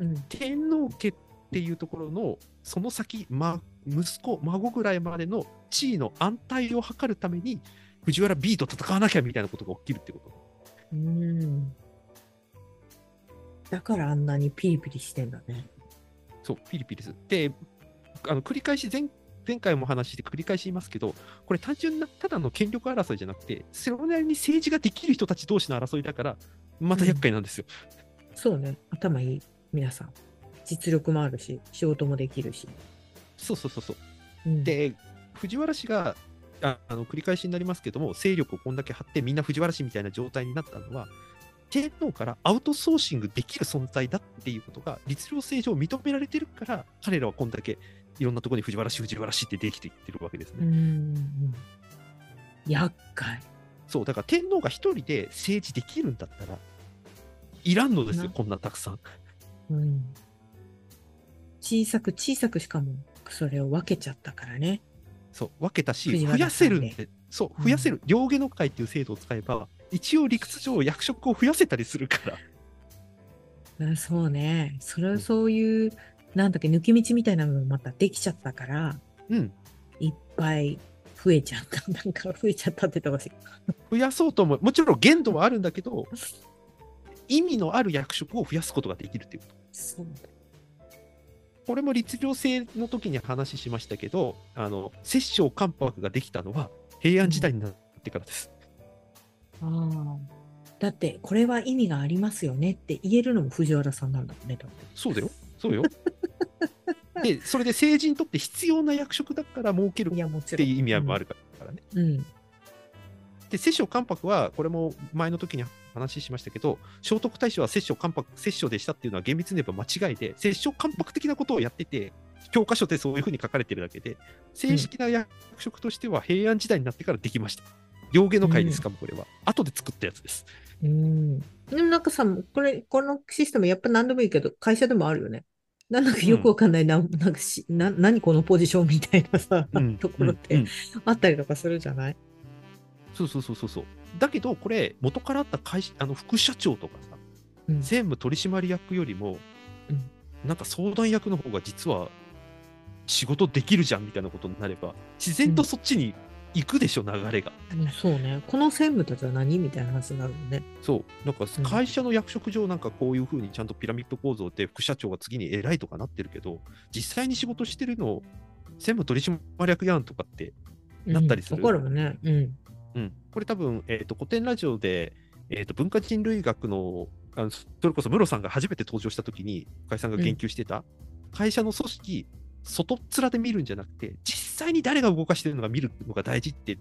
Speaker 2: うん、
Speaker 1: 天皇家っていうところの、その先、ま、息子、孫ぐらいまでの地位の安泰を図るために、藤原 B と戦わなきゃみたいなことが起きるってこと。
Speaker 2: うん。だからあんなにピリピリしてんだね。
Speaker 1: そう、ピリピリする。で、あの繰り返し前、前回も話して繰り返し言いますけど、これ単純な、ただの権力争いじゃなくて、それなりに政治ができる人たち同士の争いだから、また厄介なんですよ。
Speaker 2: そうね。頭いい。皆さん。実力もあるし、仕事もできるし。
Speaker 1: そうそうそうそう。
Speaker 2: うん、
Speaker 1: で、藤原氏が、ああの繰り返しになりますけども、勢力をこんだけ張って、みんな藤原氏みたいな状態になったのは、天皇からアウトソーシングできる存在だっていうことが、律令政上認められてるから、彼らはこんだけいろんなところに藤原氏、藤原氏ってできていってるわけですね。
Speaker 2: うんうん。厄介。
Speaker 1: そう、だから天皇が一人で政治できるんだったら、いらんのですよ、
Speaker 2: な
Speaker 1: こんなたくさん。
Speaker 2: うん。小さく小さくしかも、それを分けちゃったからね。
Speaker 1: そう、分けたし、
Speaker 2: 藤
Speaker 1: 増
Speaker 2: 原
Speaker 1: やせるん
Speaker 2: さん
Speaker 1: で、そう、増やせる。両家の会っていう制度を使えば、一応理屈上役職を増やせたりするから。
Speaker 2: うん、そうね。それ
Speaker 1: うん
Speaker 2: はそういう、なんだっけ、抜け道みたいなのもまたできちゃったから、
Speaker 1: うん。
Speaker 2: いっぱい増えちゃった。なんか増えちゃったって言ってほしい。
Speaker 1: 増やそうと思う。もちろん限度はあるんだけど、意味のある役職を増やすことができるっていうこと。
Speaker 2: そうだ。
Speaker 1: これも律令制の時に話しましたけど、あの、摂政関白ができたのは平安時代になってからです。
Speaker 2: ああ。だって、これは意味がありますよねって言えるのも藤原さんなんだもんね、だって。
Speaker 1: そうだ よ。そうよ。で、それで成人にとって必要な役職だから儲けるっ
Speaker 2: いや、もち
Speaker 1: て
Speaker 2: ろん。
Speaker 1: いう意味合いもあるからね。
Speaker 2: うん。
Speaker 1: で、摂政関白は、これも前の時に話しましたけど、聖徳太子は摂政関白、摂政でしたっていうのは厳密に言えば間違いで、摂政関白的なことをやってて、教科書でそういうふうに書かれてるだけで、正式な役職としては平安時代になってからできました。両家の会ですか、もうこれは。後で作ったやつです。
Speaker 2: うん。でもなんかさ、これ、このシステム、やっぱ何でもいいけど、会社でもあるよね。なんだかよくわかんない、なん、なんかし、な、何このポジションみたいなさ、
Speaker 1: うん
Speaker 2: ところ
Speaker 1: う
Speaker 2: っ
Speaker 1: んう
Speaker 2: て
Speaker 1: ん
Speaker 2: あったりとかするじゃない
Speaker 1: そうそうそうそうそう。だけど、これ、元からあった会社あの副社長とかさ、
Speaker 2: うん
Speaker 1: 専務取締役よりも、
Speaker 2: うん
Speaker 1: なんか相談役の方が実は仕事できるじゃんみたいなことになれば、自然とそっちに行くでしょ、流れが。
Speaker 2: うんそうね。この専務たちは何みたいな話になるもんね。
Speaker 1: そう、なんか
Speaker 2: うん
Speaker 1: 会社の役職上、なんかこういうふうにちゃんとピラミッド構造で副社長が次に偉いとかなってるけど、実際に仕事してるの、専務取締役やんとかって、なったりする
Speaker 2: うんわかるもんね。うん。
Speaker 1: うん、これ多分、えー、と古典ラジオで、えー、と文化人類学のあのそそれこそ室さんが初めて登場した時に深井さんが言及してた、会社の組織外っ面で見るんじゃなくて実際に誰が動かしてるのが見るのが大事って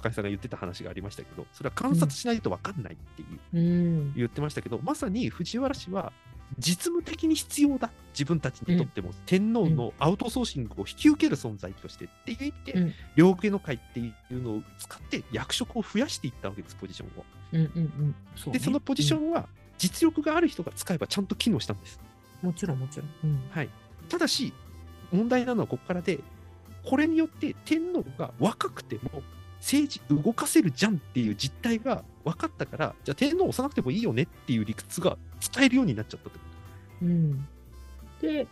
Speaker 1: 深井さんが言ってた話がありましたけどそれは観察しないと分かんないっていう、
Speaker 2: うん。
Speaker 1: 言ってましたけどまさに藤原氏は実務的に必要だ自分たちにとっても、天皇のアウトソーシングを引き受ける存在としてっていう意味で、
Speaker 2: うん
Speaker 1: 両家の会っていうのを使って役職を増やしていったわけですポジションを。
Speaker 2: うんうんうん。そうね
Speaker 1: でそのポジションは実力がある人が使えばちゃんと機能したんです。
Speaker 2: うんもちろんもちろん。うん。
Speaker 1: ただし問題なのはここからでこれによって天皇が若くても政治動かせるじゃんっていう実態が分かったからじゃあ天皇を押さなくてもいいよねっていう理屈が使えるようになっちゃったってこと
Speaker 2: うん。で、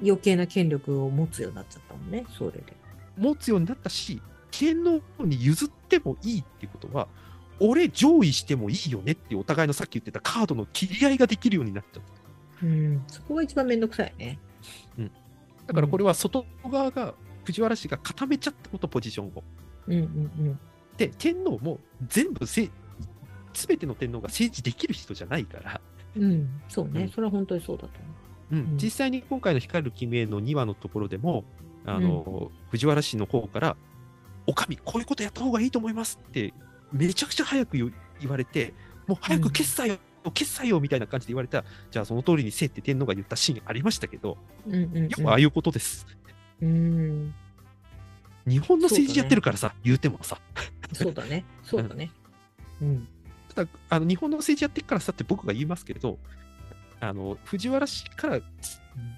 Speaker 2: 余計な権力を持つようになっちゃったもんね、それで。
Speaker 1: 持つようになったし天皇に譲ってもいいってことは俺上位してもいいよねっていうお互いのさっき言ってたカードの切り合いができるようになっちゃった
Speaker 2: うん。そこが一番めんどくさいね。
Speaker 1: だからこれは外側が藤原氏が固めちゃったことポジションを
Speaker 2: うんうん
Speaker 1: で天皇も全部せ全ての天皇が政治できる人じゃないから、
Speaker 2: うん。うん。そうね。
Speaker 1: うん
Speaker 2: それは本当にそうだと思う。
Speaker 1: うん
Speaker 2: うん
Speaker 1: 実際に今回の「光る君へ」の2話のところでもあの、藤原氏の方から「おかみこういうことやった方がいいと思います」ってめちゃくちゃ早く言う言われてもう早く決済を、決済をみたいな感じで言われたじゃあその通りにせえって天皇が言ったシーンありましたけど
Speaker 2: うんうん、うん。
Speaker 1: よくああいうことです、
Speaker 2: うん。
Speaker 1: 日本の政治やってるからさ、言うてもさ
Speaker 2: そうだね。そうだね。うん。
Speaker 1: ただあの日本の政治やってるからさって僕が言いますけどあの藤原氏から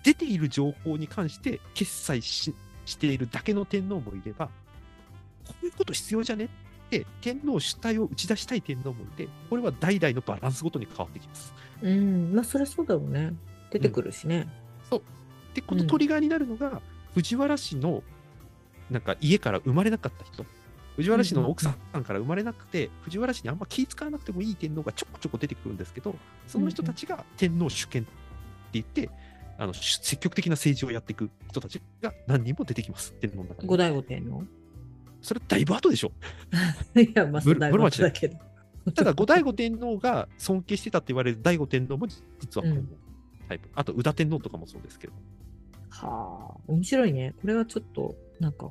Speaker 1: 出ている情報に関して決裁ししているだけの天皇もいればこういうこと必要じゃねって、天皇主体を打ち出したい天皇もいて、これは代々のバランスごとに変わってきます。
Speaker 2: うん。まあ、そりゃそうだろうね。出てくるしね。
Speaker 1: で、このトリガーになるのが、藤原氏のなんか家から生まれなかった人、藤原氏の奥さんから生まれなくて、藤原氏にあんま気使わなくてもいい天皇がちょこちょこ出てくるんですけど、その人たちが天皇主権って言って、あのし積極的な政治をやっていく人たちが何人も出てきます、天皇の中
Speaker 2: 五
Speaker 1: に。
Speaker 2: 代五天皇。
Speaker 1: それだいぶ後でしょ。
Speaker 2: いや、
Speaker 1: ブ
Speaker 2: まあ、そ
Speaker 1: ル
Speaker 2: だい
Speaker 1: ブル
Speaker 2: ぶ
Speaker 1: マチ
Speaker 2: 後
Speaker 1: だ
Speaker 2: だけど。
Speaker 1: ただ、後醍醐天皇が尊敬してたって言われる醍醐天皇も実はこのタイプ。あと、宇田天皇とかもそうですけど。
Speaker 2: はあ、面白いね。これはちょっと、なんか、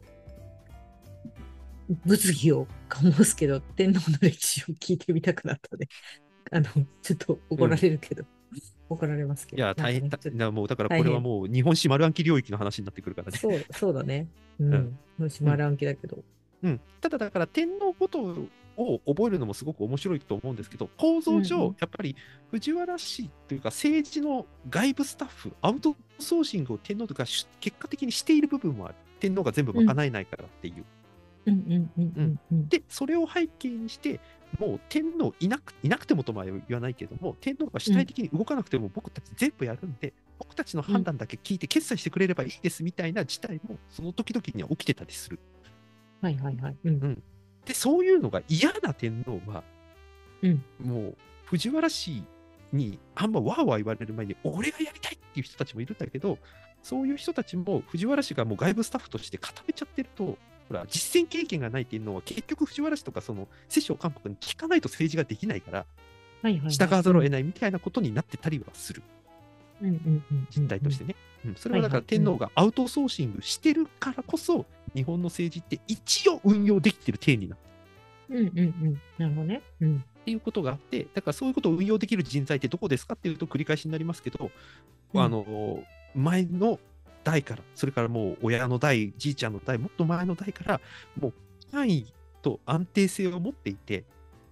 Speaker 2: 物議を醸すけど、天皇の歴史を聞いてみたくなったね。あの、ちょっと怒られるけど、怒られますけ
Speaker 1: い
Speaker 2: ど。
Speaker 1: や、大変
Speaker 2: なん
Speaker 1: だ
Speaker 2: かね。ちょっ
Speaker 1: なもうだからこれはもう日本史丸暗記領域の話になってくるから
Speaker 2: と
Speaker 1: ね。
Speaker 2: そう、そうだね。う
Speaker 1: うんん。
Speaker 2: もし丸暗記だけど。
Speaker 1: うん、ただだから天皇ごとを覚えるのもすごく面白いと思うんですけど構造上
Speaker 2: うんうん
Speaker 1: やっぱり藤原氏というか政治の外部スタッフアウトソーシングを天皇とかし結果的にしている部分はある天皇が全部賄えないからっていう、
Speaker 2: うんうんうんうんうん。
Speaker 1: でそれを背景にしてもう天皇いなくいなくてもとまでは言わないけども天皇が主体的に動かなくても僕たち全部やるんで、僕たちの判断だけ聞いて決済してくれればいいですみたいな事態もその時々には起きてたりする
Speaker 2: はいはいはい。うん
Speaker 1: うんでそういうのが嫌な天皇は、
Speaker 2: うん
Speaker 1: もう藤原氏にあんまわーわー言われる前に俺がやりたいっていう人たちもいるんだけどそういう人たちも藤原氏がもう外部スタッフとして固めちゃってるとほら実践経験がない天皇は結局藤原氏とかその摂政官国に聞かないと政治ができないから
Speaker 2: はいはいはい。
Speaker 1: 従わざるを得ないみたいなことになってたりはする
Speaker 2: うんうんうん。。
Speaker 1: 実態としててね、うんそれはだから
Speaker 2: はいはいうん
Speaker 1: 天皇がアウトソーシングしてるからこそ日本の政治って一応運用できてる体になってる
Speaker 2: うんうんうん。なるほどね。うん。
Speaker 1: っていうことがあって、だからそういうことを運用できる人材ってどこですかっていうと繰り返しになりますけど、
Speaker 2: うん
Speaker 1: あの前の代から、それからもう親の代、じいちゃんの代、もっと前の代から、もう範囲と安定性を持っていて、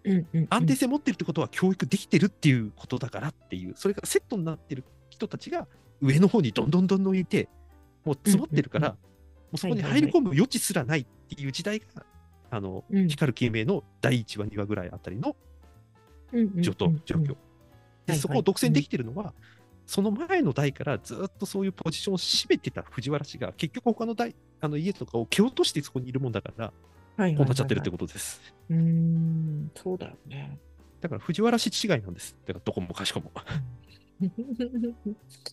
Speaker 2: うんうんうん。
Speaker 1: 安定性持ってるってことは教育できてるっていうことだからっていう、それがセットになってる人たちが上の方にどんどんどんどんいて、もう積もってるから、
Speaker 2: うん
Speaker 1: もうそこに入り込む余地すらないっていう時代が、あの
Speaker 2: うん
Speaker 1: 光る金明の第1話、2話ぐらいあたりの状
Speaker 2: うんうん
Speaker 1: 況。
Speaker 2: うん
Speaker 1: 状況
Speaker 2: いは
Speaker 1: で
Speaker 2: い
Speaker 1: そこを独占できてるのは、その前の代からずっとそういうポジションを占めてた藤原氏が、結局他の代、あの家とかを蹴落としてそこにいるもんだから、
Speaker 2: はいはいはいはい
Speaker 1: こうなっちゃってるってことです。
Speaker 2: うーん、そうだよね。
Speaker 1: だから藤原氏違いなんです。だからどこもかしこも。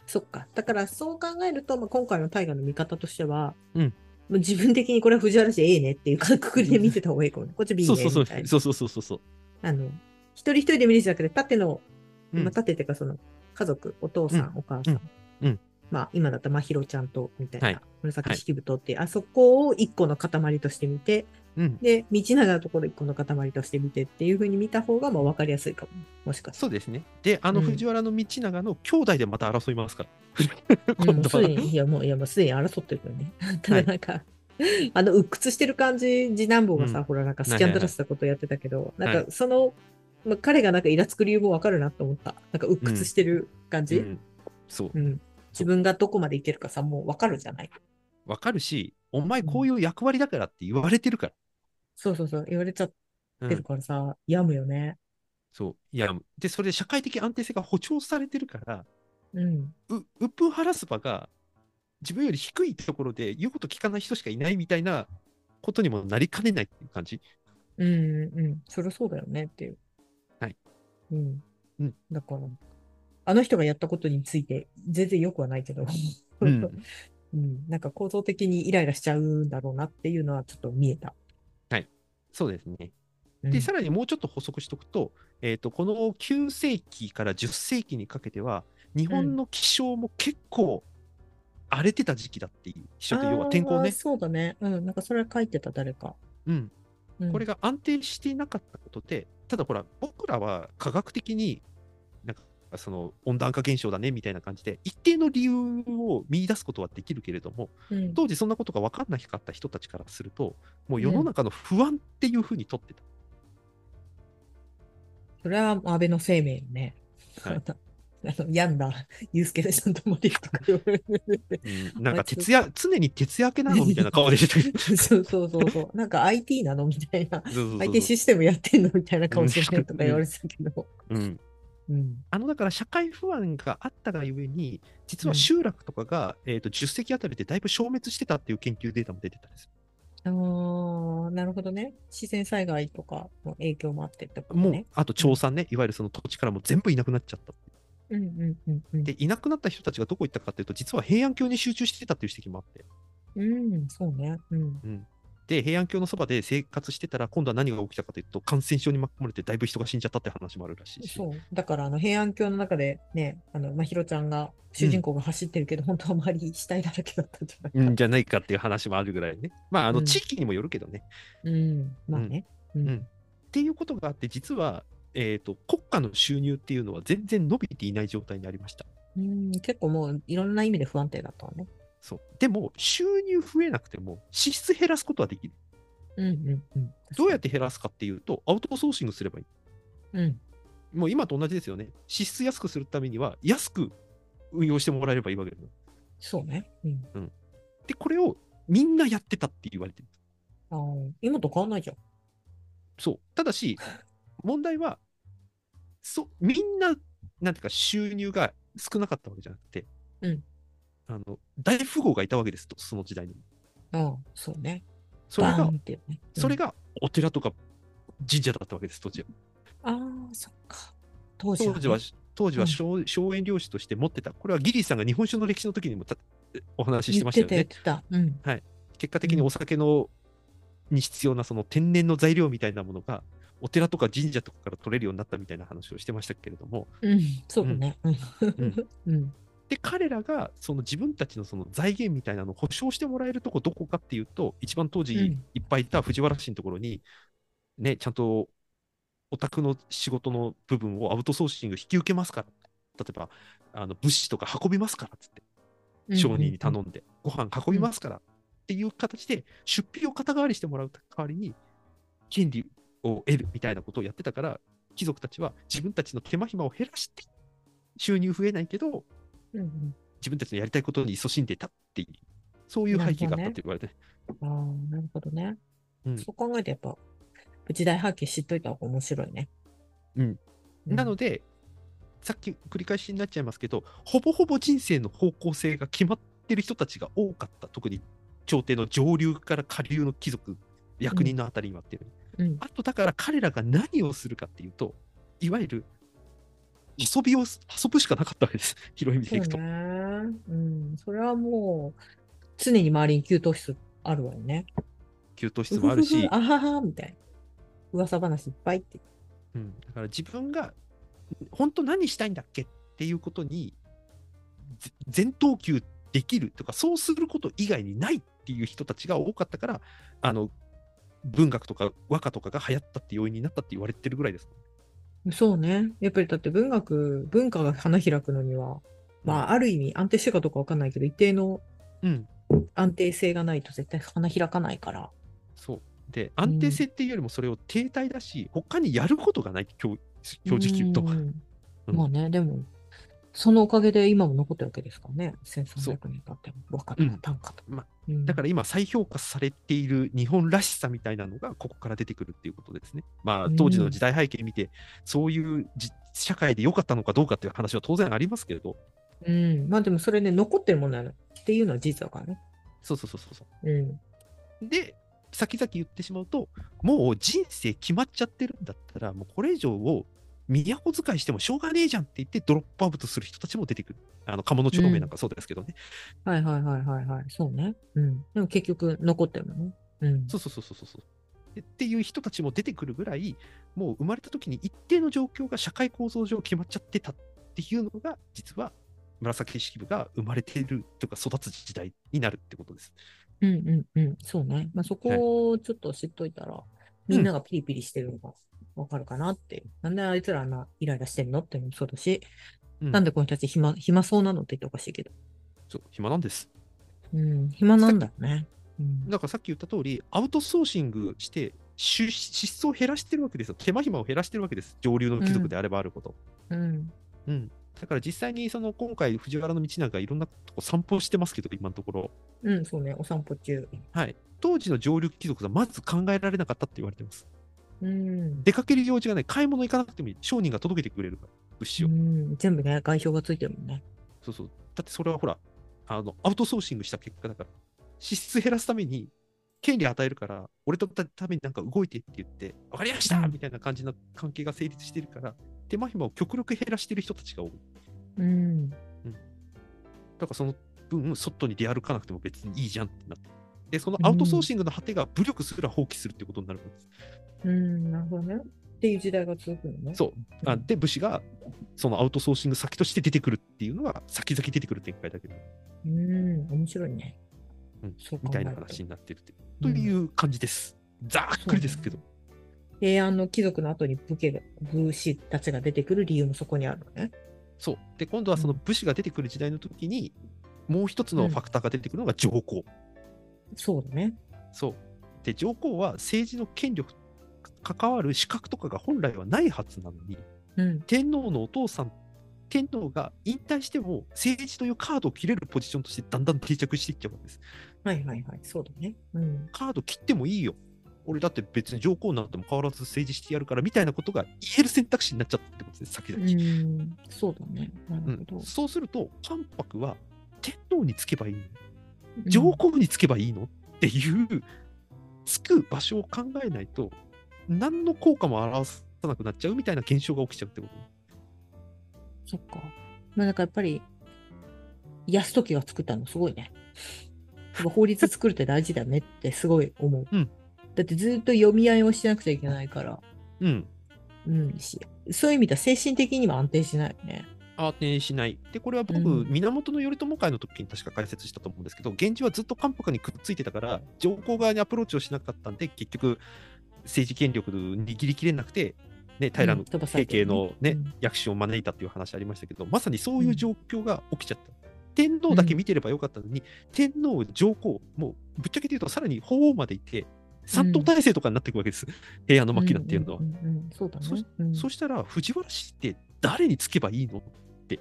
Speaker 2: そっか。だからそう考えると、まあ、今回の大河の見方としては、
Speaker 1: うん
Speaker 2: もう自分的にこれは藤原氏ええねっていうくくり で見てた方がいいかもね。こっち B
Speaker 1: そ
Speaker 2: ね
Speaker 1: うそうそ
Speaker 2: み
Speaker 1: う
Speaker 2: たいな。
Speaker 1: そうそうそうそうそう。
Speaker 2: あの、一人一人で見るじゃなくて、縦の、
Speaker 1: うん
Speaker 2: まあ、縦っていうかその、家族、お父さん、
Speaker 1: う
Speaker 2: お母さん。
Speaker 1: うんうん
Speaker 2: まあ、今だったら、まひろちゃんと、みたいな、
Speaker 1: はい
Speaker 2: 紫式部とっていう、あそこを一個の塊として見て、
Speaker 1: うん、
Speaker 2: で、道長のところ一個の塊として見てっていう風に見た方が、まあ、わかりやすいかも。もしかして。
Speaker 1: そうですね。で、あの
Speaker 2: うん
Speaker 1: 藤原の道長の兄弟でまた争いますから。
Speaker 2: うん
Speaker 1: 今
Speaker 2: もう
Speaker 1: 度
Speaker 2: す
Speaker 1: は
Speaker 2: でに、いや、もう、いや、もうすでに争ってるよね。 ただなんか、あの、鬱屈してる感じ、次男坊がさ、
Speaker 1: うん
Speaker 2: ほら、なんかスキャンダラスなことやってたけど、
Speaker 1: いはい
Speaker 2: なんか、その、まあ、彼がなんかイラつく理由もわかるなと思った。なんか、鬱屈してる感じ、
Speaker 1: う
Speaker 2: うん
Speaker 1: ん、そう。
Speaker 2: 自分がどこまでいけるかさ、もうわかるじゃない。
Speaker 1: わかるし、お前こういう役割だからって言われてるから。
Speaker 2: そうそうそう、言われちゃっ
Speaker 1: う
Speaker 2: て
Speaker 1: ん
Speaker 2: るからさ、病むよね。
Speaker 1: そう。いや、で、それで社会的安定性が保障されてるから、
Speaker 2: うん。
Speaker 1: う、うっぷん晴らす場が、自分より低いところで言うこと聞かない人しかいないみたいなことにもなりかねないっていう感じ。
Speaker 2: うん、うん。そりゃそうだよねっていう。
Speaker 1: はい。
Speaker 2: うん。
Speaker 1: うん。
Speaker 2: だから、あの人がやったことについて、全然よくはないけど。
Speaker 1: うん。
Speaker 2: うん、なんか構造的にイライラしちゃうんだろうなっていうのはちょっと見えた。
Speaker 1: そうですね。
Speaker 2: うん
Speaker 1: で、さらにもうちょっと補足しておくと、えっ、と、この9世紀から10世紀にかけては、日本の気象も結構荒れてた時期だっていう、気象って要は天候
Speaker 2: あー
Speaker 1: ね。
Speaker 2: そうだね。うん、なんかそれ書いてた誰か。
Speaker 1: うん。
Speaker 2: うん
Speaker 1: これが安定していなかったことで、ただほら、僕らは科学的に、なんかその温暖化現象だねみたいな感じで、一定の理由を見出すことはできるけれども、
Speaker 2: うん
Speaker 1: 当時そんなことが分かんなかった人たちからすると、もう世の中の不安っていうふうに取ってた。
Speaker 2: それは安倍の生命よね。
Speaker 1: はい
Speaker 2: あの病んだユースケさんと森とか言われて
Speaker 1: うんなんか徹夜、常に徹夜明けなのみたいな顔でしてる。
Speaker 2: そうそうそうそう。なんか IT なのみたいな。
Speaker 1: そうそうそう
Speaker 2: IT システムやってんのみたいな顔してないとか言われてたけど。
Speaker 1: うん
Speaker 2: うん。
Speaker 1: あのだから社会不安があったがゆえに、実は
Speaker 2: うん
Speaker 1: 集落とかが、えー、と10世紀あたりでだいぶ消滅してたっていう研究データも出てたんです。
Speaker 2: あーなるほどね。自然災害とかの影響もあってってこと
Speaker 1: もう
Speaker 2: ね。、
Speaker 1: あと調査ね、いわゆるその土地からも全部いなくなっちゃった。
Speaker 2: うんうんうんうん。
Speaker 1: で、いなくなった人たちがどこ行ったかっていうと、実は平安京に集中してたっていう指摘もあって、
Speaker 2: うん、そうね。うん。
Speaker 1: で、平安京のそばで生活してたら、今度は何が起きたかというと、感染症に巻き込まれて、だいぶ人が死んじゃったって話もあるらしいし。
Speaker 2: そう。だから、あの、平安京の中でね、あの、まひろちゃんが、主人公が走ってるけど、本当は周り死体だらけだったんじゃないか。
Speaker 1: うんじゃないかっていう話もあるぐらいね。まあ、あ
Speaker 2: う
Speaker 1: の
Speaker 2: ん
Speaker 1: 地域にもよるけどね。
Speaker 2: うん。まあね。うん
Speaker 1: うんっていうことがあって、実は、えー、と国家の収入っていうのは全然伸びていない状態にありました。
Speaker 2: うん、結構もう、いろんな意味で不安定だったわね。
Speaker 1: そうでも、収入増えなくても支出減らすことはできる。
Speaker 2: うんうんうん。
Speaker 1: どうやって減らすかっていうと、アウトソーシングすればい
Speaker 2: うん。
Speaker 1: い。もう今と同じですよね。支出安くするためには、安く運用してもらえればいいわけです。
Speaker 2: そうね。うん。
Speaker 1: で、これをみんなやってたって言われてる。
Speaker 2: あー今と変わんないじゃん。
Speaker 1: そう。ただ し、問題は、そみんな、なんていうか、収入が少なかったわけじゃなくて、
Speaker 2: うん
Speaker 1: あの大富豪がいたわけですと、その時代に。
Speaker 2: ああ、そうね。
Speaker 1: それ
Speaker 2: バ
Speaker 1: が
Speaker 2: ーン、ってね。
Speaker 1: それ
Speaker 2: が。
Speaker 1: がお寺とか神社だったわけです、当時は。
Speaker 2: ああ、そっか。当時は
Speaker 1: 当
Speaker 2: ね。
Speaker 1: 時は、当時
Speaker 2: う
Speaker 1: は
Speaker 2: ん
Speaker 1: 荘荘園領主として持ってた。これはギリーさんが日本酒の歴史の時にもたお話ししてましたよ
Speaker 2: 言っ
Speaker 1: ね。
Speaker 2: てた、言ってた。
Speaker 1: 結果的にお酒の、に必要なその天然の材料みたいなものが、お寺とか神社とかから取れるようになったみたいな話をしてましたけれども、
Speaker 2: うん。うん。そうだね。うん。うん。
Speaker 1: で彼らがその自分たちのその財源みたいなのを保証してもらえるとこどこかっていうと一番当
Speaker 2: う
Speaker 1: 時
Speaker 2: ん
Speaker 1: いっぱいいた藤原氏のところに、ね、ちゃんとお宅の仕事の部分をアウトソーシング引き受けますから例えばあの物資とか運びますからっつって
Speaker 2: うん
Speaker 1: 商人に頼んで、ご飯運びますからっていう形で出費を肩代わりしてもらう代わりに権利を得るみたいなことをやってたから貴族たちは自分たちの手間暇を減らして収入増えないけど
Speaker 2: うんうん。
Speaker 1: 自分たちのやりたいことに勤しんでたっていう、そういう背景があったって言われて、
Speaker 2: ああ、なるほどね。
Speaker 1: うん
Speaker 2: そう考えてやっぱ、時代背景知っといた方が面白いね。
Speaker 1: うん。なの
Speaker 2: で、
Speaker 1: で、さっき繰り返しになっちゃいますけど、ほぼほぼ人生の方向性が決まってる人たちが多かった、特に朝廷の上流から下流の貴族、役人のあたりにはっていう、
Speaker 2: うん。
Speaker 1: あとだから彼らが何をするかっていうと、いわゆる遊びを遊ぶしかなかったわけです、広い意味
Speaker 2: そ
Speaker 1: で
Speaker 2: う
Speaker 1: いくと。
Speaker 2: ね。うん。それはもう、常に周りに給湯室あるわよね。
Speaker 1: 給湯室も ある
Speaker 2: うふ
Speaker 1: し
Speaker 2: ふ、あはは、みたいな。噂話いっぱいって。
Speaker 1: うん、だから自分が本当何したいんだっけっていうことにぜ全投球できるとかそうすること以外にないっていう人たちが多かったからあの文学とか和歌とかが流行ったって要因になったって言われてるぐらいです。
Speaker 2: そうね。やっぱりだって文学、文化が花開くのには、まあ、ある意味安定してるかどうかわかんないけど、一定の
Speaker 1: うん、
Speaker 2: 安定性がないと絶対花開かないから。
Speaker 1: そうで安定性っていうよりもそれを停滞だし、他にやることがない教教授級と
Speaker 2: う
Speaker 1: か、
Speaker 2: ん
Speaker 1: うん
Speaker 2: まあね、でも、そのおかげで今も残ってるわけですからね。1300年経っても、和歌と
Speaker 1: う
Speaker 2: か
Speaker 1: ん
Speaker 2: 短歌とか。
Speaker 1: まあ
Speaker 2: うん
Speaker 1: だから今再評価されている日本らしさみたいなのがここから出てくるっていうことですね。まあ
Speaker 2: うん
Speaker 1: 当時の時代背景見て、そういうじ社会で良かったのかどうかっていう話は当然ありますけれど、
Speaker 2: うん。まあでもそれね、残ってるものなのっていうのは事実だからね。
Speaker 1: そうそうそうそうそ
Speaker 2: うん。
Speaker 1: う。で、先々言ってしまうと、もう人生決まっちゃってるんだったら、もうこれ以上を都使いしてもしょうがねえじゃんって言ってドロップアウトする人たちも出てくる。あの、鴨の町名なんかそうですけどね。
Speaker 2: はいはいはいはいはい。そうね。うん。でも結局残ってるものね。うん。
Speaker 1: そうそうそうそうそうそう。でっていう人たちも出てくるぐらい、もう生まれた時に一定の状況が社会構造上決まっちゃってたっていうのが、実は紫式部が生まれているとか育つ時代になるってことです。
Speaker 2: うんうんうん。そうね。まあそこをちょっと知っといたら、みんながピリピリしてるのがわかるかなっていう。なんであいつらあんなイライラしてんのっていうのもそうだし、
Speaker 1: うん
Speaker 2: なんでこの人たち暇、暇そうなのって言っておかしいけど。
Speaker 1: そう暇なんです。
Speaker 2: うん。暇なんだよね。うん。
Speaker 1: だからさっき言った通り、アウトソーシングして、支支出を減らしてるわけですよ。手間暇を減らしてるわけです。上流の貴族であればあること。
Speaker 2: うん。
Speaker 1: うんだから実際にその今回、藤原道長、いろんなとこ散歩してますけど、今のところ、
Speaker 2: うん、そうね、お散歩中。
Speaker 1: はい、当時の上流貴族はまず考えられなかったって言われてます。
Speaker 2: うん。
Speaker 1: 出かける用事がない、買い物行かなくてもいい、商人が届けてくれるから、物資
Speaker 2: う
Speaker 1: を。
Speaker 2: ん、全部ね、外傷がついてるもんね。
Speaker 1: そうそうだってそれはほらあの、アウトソーシングした結果だから、支出減らすために権利与えるから、俺とたためになんか動いてって言って、わかりました
Speaker 2: うん
Speaker 1: みたいな感じの関係が成立してるから、手間暇を極力減らしてる人たちが多い。
Speaker 2: うん。
Speaker 1: だからその分、外に出歩かなくても別にいいじゃんってなって。で、そのアウトソーシングの果てが武力すら放棄するってことになるんです。
Speaker 2: うん、なるほどね。っていう時代が続くのね。
Speaker 1: そう。あで、武士がそのアウトソーシング先として出てくるっていうのが、先々出てくる展開だけど、
Speaker 2: うん、面白いね。
Speaker 1: うん
Speaker 2: そう考
Speaker 1: み
Speaker 2: え
Speaker 1: たい
Speaker 2: る
Speaker 1: な
Speaker 2: と
Speaker 1: 話になってるって。という感じです。ざっくりですけど。
Speaker 2: 平安の貴族の後に武家が、武士たちが出てくる理由もそこにあるのね。
Speaker 1: そう。で、今度はその武士が出てくる時代の時に、もう一つのファクターが出てくるのが上皇。
Speaker 2: そうだね。
Speaker 1: そう。で、上皇は政治の権力、関わる資格とかが本来はないはずなのに、
Speaker 2: うん。
Speaker 1: 天皇のお父さん、天皇が引退しても政治というカードを切れるポジションとしてだんだん定着していっちゃうんです。
Speaker 2: はいはいはい。そうだね。うん。
Speaker 1: カード切ってもいいよ。俺だって別に上皇なんても変わらず政治してやるからみたいなことが言える選択肢になっちゃったってことです、先
Speaker 2: う
Speaker 1: 々。
Speaker 2: ん、そうだね。な
Speaker 1: う
Speaker 2: るほ
Speaker 1: ん
Speaker 2: ど。
Speaker 1: そうすると、関白は天皇につけばいいの上皇につけばいいのっていう、つく場所を考えないと、何の効果も表さなくなっちゃうみたいな現象が起きちゃうってこと。
Speaker 2: うんそっか。まあなんかやっぱり、泰時が作ったのすごいね。やっぱ法律作るって大事だねってすごい思う。
Speaker 1: うん
Speaker 2: だってずっと読み合いをしなくちゃいけないから。
Speaker 1: うん。
Speaker 2: うん、しそういう意味では精神的には安定しないよね。
Speaker 1: 安定しない。で、これは僕、
Speaker 2: うん
Speaker 1: 源頼朝会の時に確か解説したと思うんですけど、源氏はずっと関白にくっついてたから、上皇側にアプローチをしなかったんで、結局、政治権力握りきれなくて、ね、平
Speaker 2: う
Speaker 1: の
Speaker 2: ん飛ば
Speaker 1: 平
Speaker 2: されて
Speaker 1: 家
Speaker 2: るね
Speaker 1: の、ね
Speaker 2: うん
Speaker 1: 役所を招いたっていう話ありましたけど、まさにそういう状況が起きちゃった。天皇だけ見てればよかったのに、天皇、上皇、もうぶっちゃけて言うと、さらに法皇までいて、三党体制とかになっていくわけです、平安の末期なんていうのは。
Speaker 2: んんうんそうだね。
Speaker 1: そし
Speaker 2: うん
Speaker 1: そしたら、藤原氏って誰につけばいいのって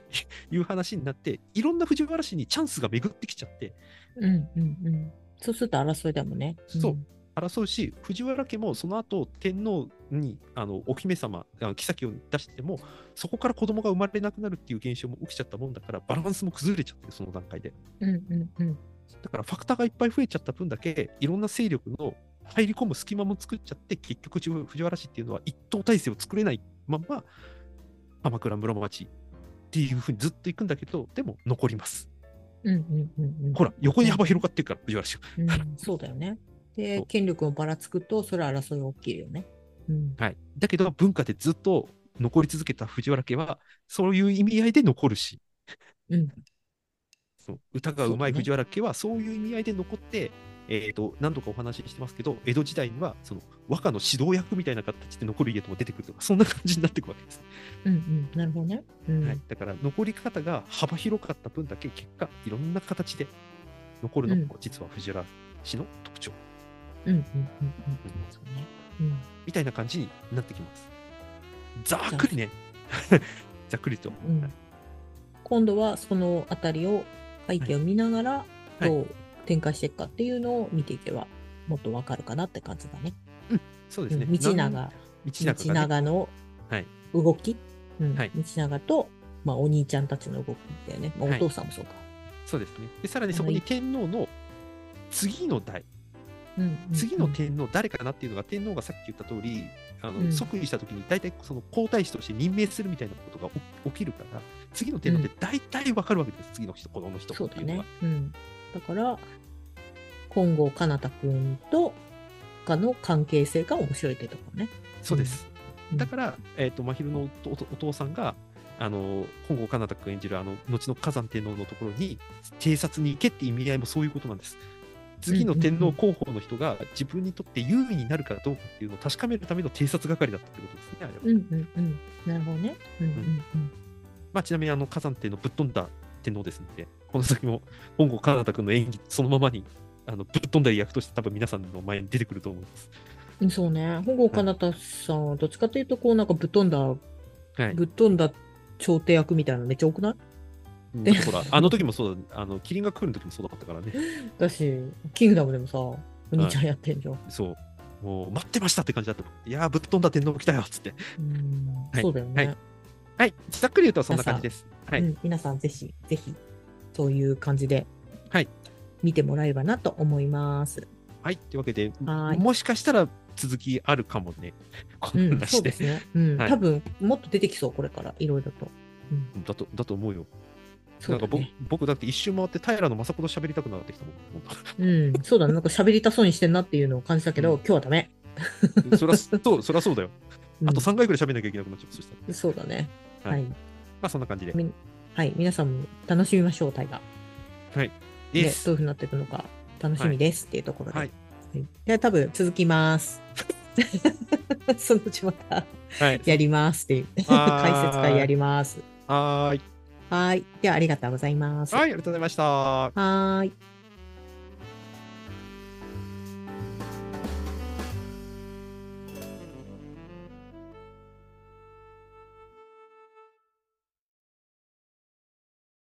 Speaker 1: いう話になって、いろんな藤原氏にチャンスが巡ってきちゃって、
Speaker 2: うんうんうんそうすると争いだもんね。
Speaker 1: そう争うし、藤原家もその後天皇にあのお姫様、あの妃を出しても、そこから子供が生まれなくなるっていう現象も起きちゃったもんだから、バランスも崩れちゃってる、その段階で。
Speaker 2: うん。うんうんうん。
Speaker 1: だから、ファクターがいっぱい増えちゃった分だけ、いろんな勢力の入り込む隙間も作っちゃって、結局、藤原氏っていうのは一党体制を作れないまま、鎌倉室町っていうふうにずっと行くんだけど、でも残ります。
Speaker 2: うんうんうんうん。
Speaker 1: ほら、横に幅広がってるから、藤原氏は。
Speaker 2: うんそうだよね。で
Speaker 1: そう、
Speaker 2: 権力をばらつくと、それは争いが起きるよね。うん。
Speaker 1: はい、だけど文化でずっと残り続けた藤原家はそういう意味合いで残るし、
Speaker 2: うん
Speaker 1: そう歌がうまい
Speaker 2: そうね
Speaker 1: 藤原家はそういう意味合いで残って、えー、と何度かお話ししてますけど江戸時代にはその和歌の指導役みたいな形で残る家とも出てくるとかそんな感じになっていくわけです、
Speaker 2: うんうん。なるほどね。うん。
Speaker 1: はい、だから残り方が幅広かった分だけ結果いろんな形で残るのも実は藤原氏の特徴、
Speaker 2: うんうんうんうん。
Speaker 1: うん
Speaker 2: そうね。うん。
Speaker 1: みたいな感じになってきますざっくりね ざっくりと、
Speaker 2: うん今度はそのあたりを背景を見ながら
Speaker 1: い
Speaker 2: どう展開していくかっていうのを見ていけばもっとわかるかなって感じだね。
Speaker 1: そうですね。
Speaker 2: うん道
Speaker 1: なん。
Speaker 2: 長、
Speaker 1: 道長が
Speaker 2: 道
Speaker 1: ね、
Speaker 2: 長の
Speaker 1: はい
Speaker 2: 動き、うん
Speaker 1: はい
Speaker 2: 道長と、まあ、お兄ちゃんたちの動きだよね。まあ
Speaker 1: はい
Speaker 2: お父さんもそうか。
Speaker 1: そうですね。で、さらにそこに天皇の次の代、
Speaker 2: うんうんうん
Speaker 1: 次の天皇、誰かなっていうのが、天皇がさっき言った通り、あ
Speaker 2: う
Speaker 1: の
Speaker 2: ん
Speaker 1: 即位した時に、大体その皇太子として任命するみたいなことが起起きるから、次の天皇って大体わかるわけです、次の人、この人
Speaker 2: そう
Speaker 1: って
Speaker 2: だ
Speaker 1: いうの
Speaker 2: ね
Speaker 1: は。。
Speaker 2: うん、だから今後かなたくんとかの関係性が面白いってとこね。
Speaker 1: そうです。
Speaker 2: うん
Speaker 1: だから、えっと真昼のおおお父さんが、あの本郷奏多君演じるあの後の火山天皇のところに偵察に行けって意味合いもそういうことなんです。次の天皇候補の人が自分にとって優位になるかどうかっていうのを確かめるための偵察係だったってことですね、あれは
Speaker 2: うんうんうん。なるほどね。うんうんうん。
Speaker 1: まあ、ちなみにあの火山天皇ぶっ飛んだ天皇ですので、この先も本郷奏多君の演技そのままにあのぶっ飛んだ役として多分皆さんの前に出てくると思います。
Speaker 2: そうね。本郷奏多さんはどっちかというと、こうなんかぶっ飛んだ、
Speaker 1: はい、
Speaker 2: ぶっ飛んだ調停役みたいなのめっちゃ多くない
Speaker 1: うんだってほら、あの時もそうだ、あの、キリンが来るの時もそうだったからね。
Speaker 2: だし、キングダムでもさ、お兄ちゃんやってんじゃん。
Speaker 1: そう。もう、待ってましたって感じだった。いやー、ぶっ飛んだ天皇来たよ、つって。
Speaker 2: うん
Speaker 1: はい
Speaker 2: そうだよね。
Speaker 1: はいはい。ざっくり言うとそんな感じです。は
Speaker 2: う
Speaker 1: い。
Speaker 2: ん、皆さんぜひ、ぜひ、そういう感じで、
Speaker 1: はい
Speaker 2: 見てもらえればなと思います。
Speaker 1: はい。というわけで、
Speaker 2: はい
Speaker 1: もしかしたら続きあるかもね。こ
Speaker 2: うん、
Speaker 1: なん
Speaker 2: そ
Speaker 1: 話
Speaker 2: うで
Speaker 1: で。
Speaker 2: すね。うん、
Speaker 1: はい
Speaker 2: 多分、もっと出てきそう、これから、いろいろと。うん、
Speaker 1: だと、だと思うよ。
Speaker 2: そ
Speaker 1: な
Speaker 2: うん
Speaker 1: か
Speaker 2: だ
Speaker 1: 僕
Speaker 2: ね。、
Speaker 1: 僕だって一周回って平野正子と喋りたくなってきたもん本当。
Speaker 2: うん、そうだね。なんか喋りたそうにしてんなっていうのを感じたけど、
Speaker 1: うん
Speaker 2: 今日はダメ。
Speaker 1: そりゃそう、そりゃそうだよ。
Speaker 2: うん
Speaker 1: あと3回ぐらい喋んなきゃいけなくなっちゃう。そしたら。
Speaker 2: そうだね。は
Speaker 1: はいい。まあそんな感じで。
Speaker 2: みはい。皆さんも楽しみましょう、タイガー。ね
Speaker 1: です。
Speaker 2: どういうふうになっていくのか、楽しみですっていうところで。
Speaker 1: は
Speaker 2: はいい。では、多分、続きます。 そのうちまた、
Speaker 1: はい。
Speaker 2: やりますっていう。解説会やります。
Speaker 1: はーい。
Speaker 2: はい。では、ありがとうございます。
Speaker 1: はい、ありがとうございました。
Speaker 2: はーい。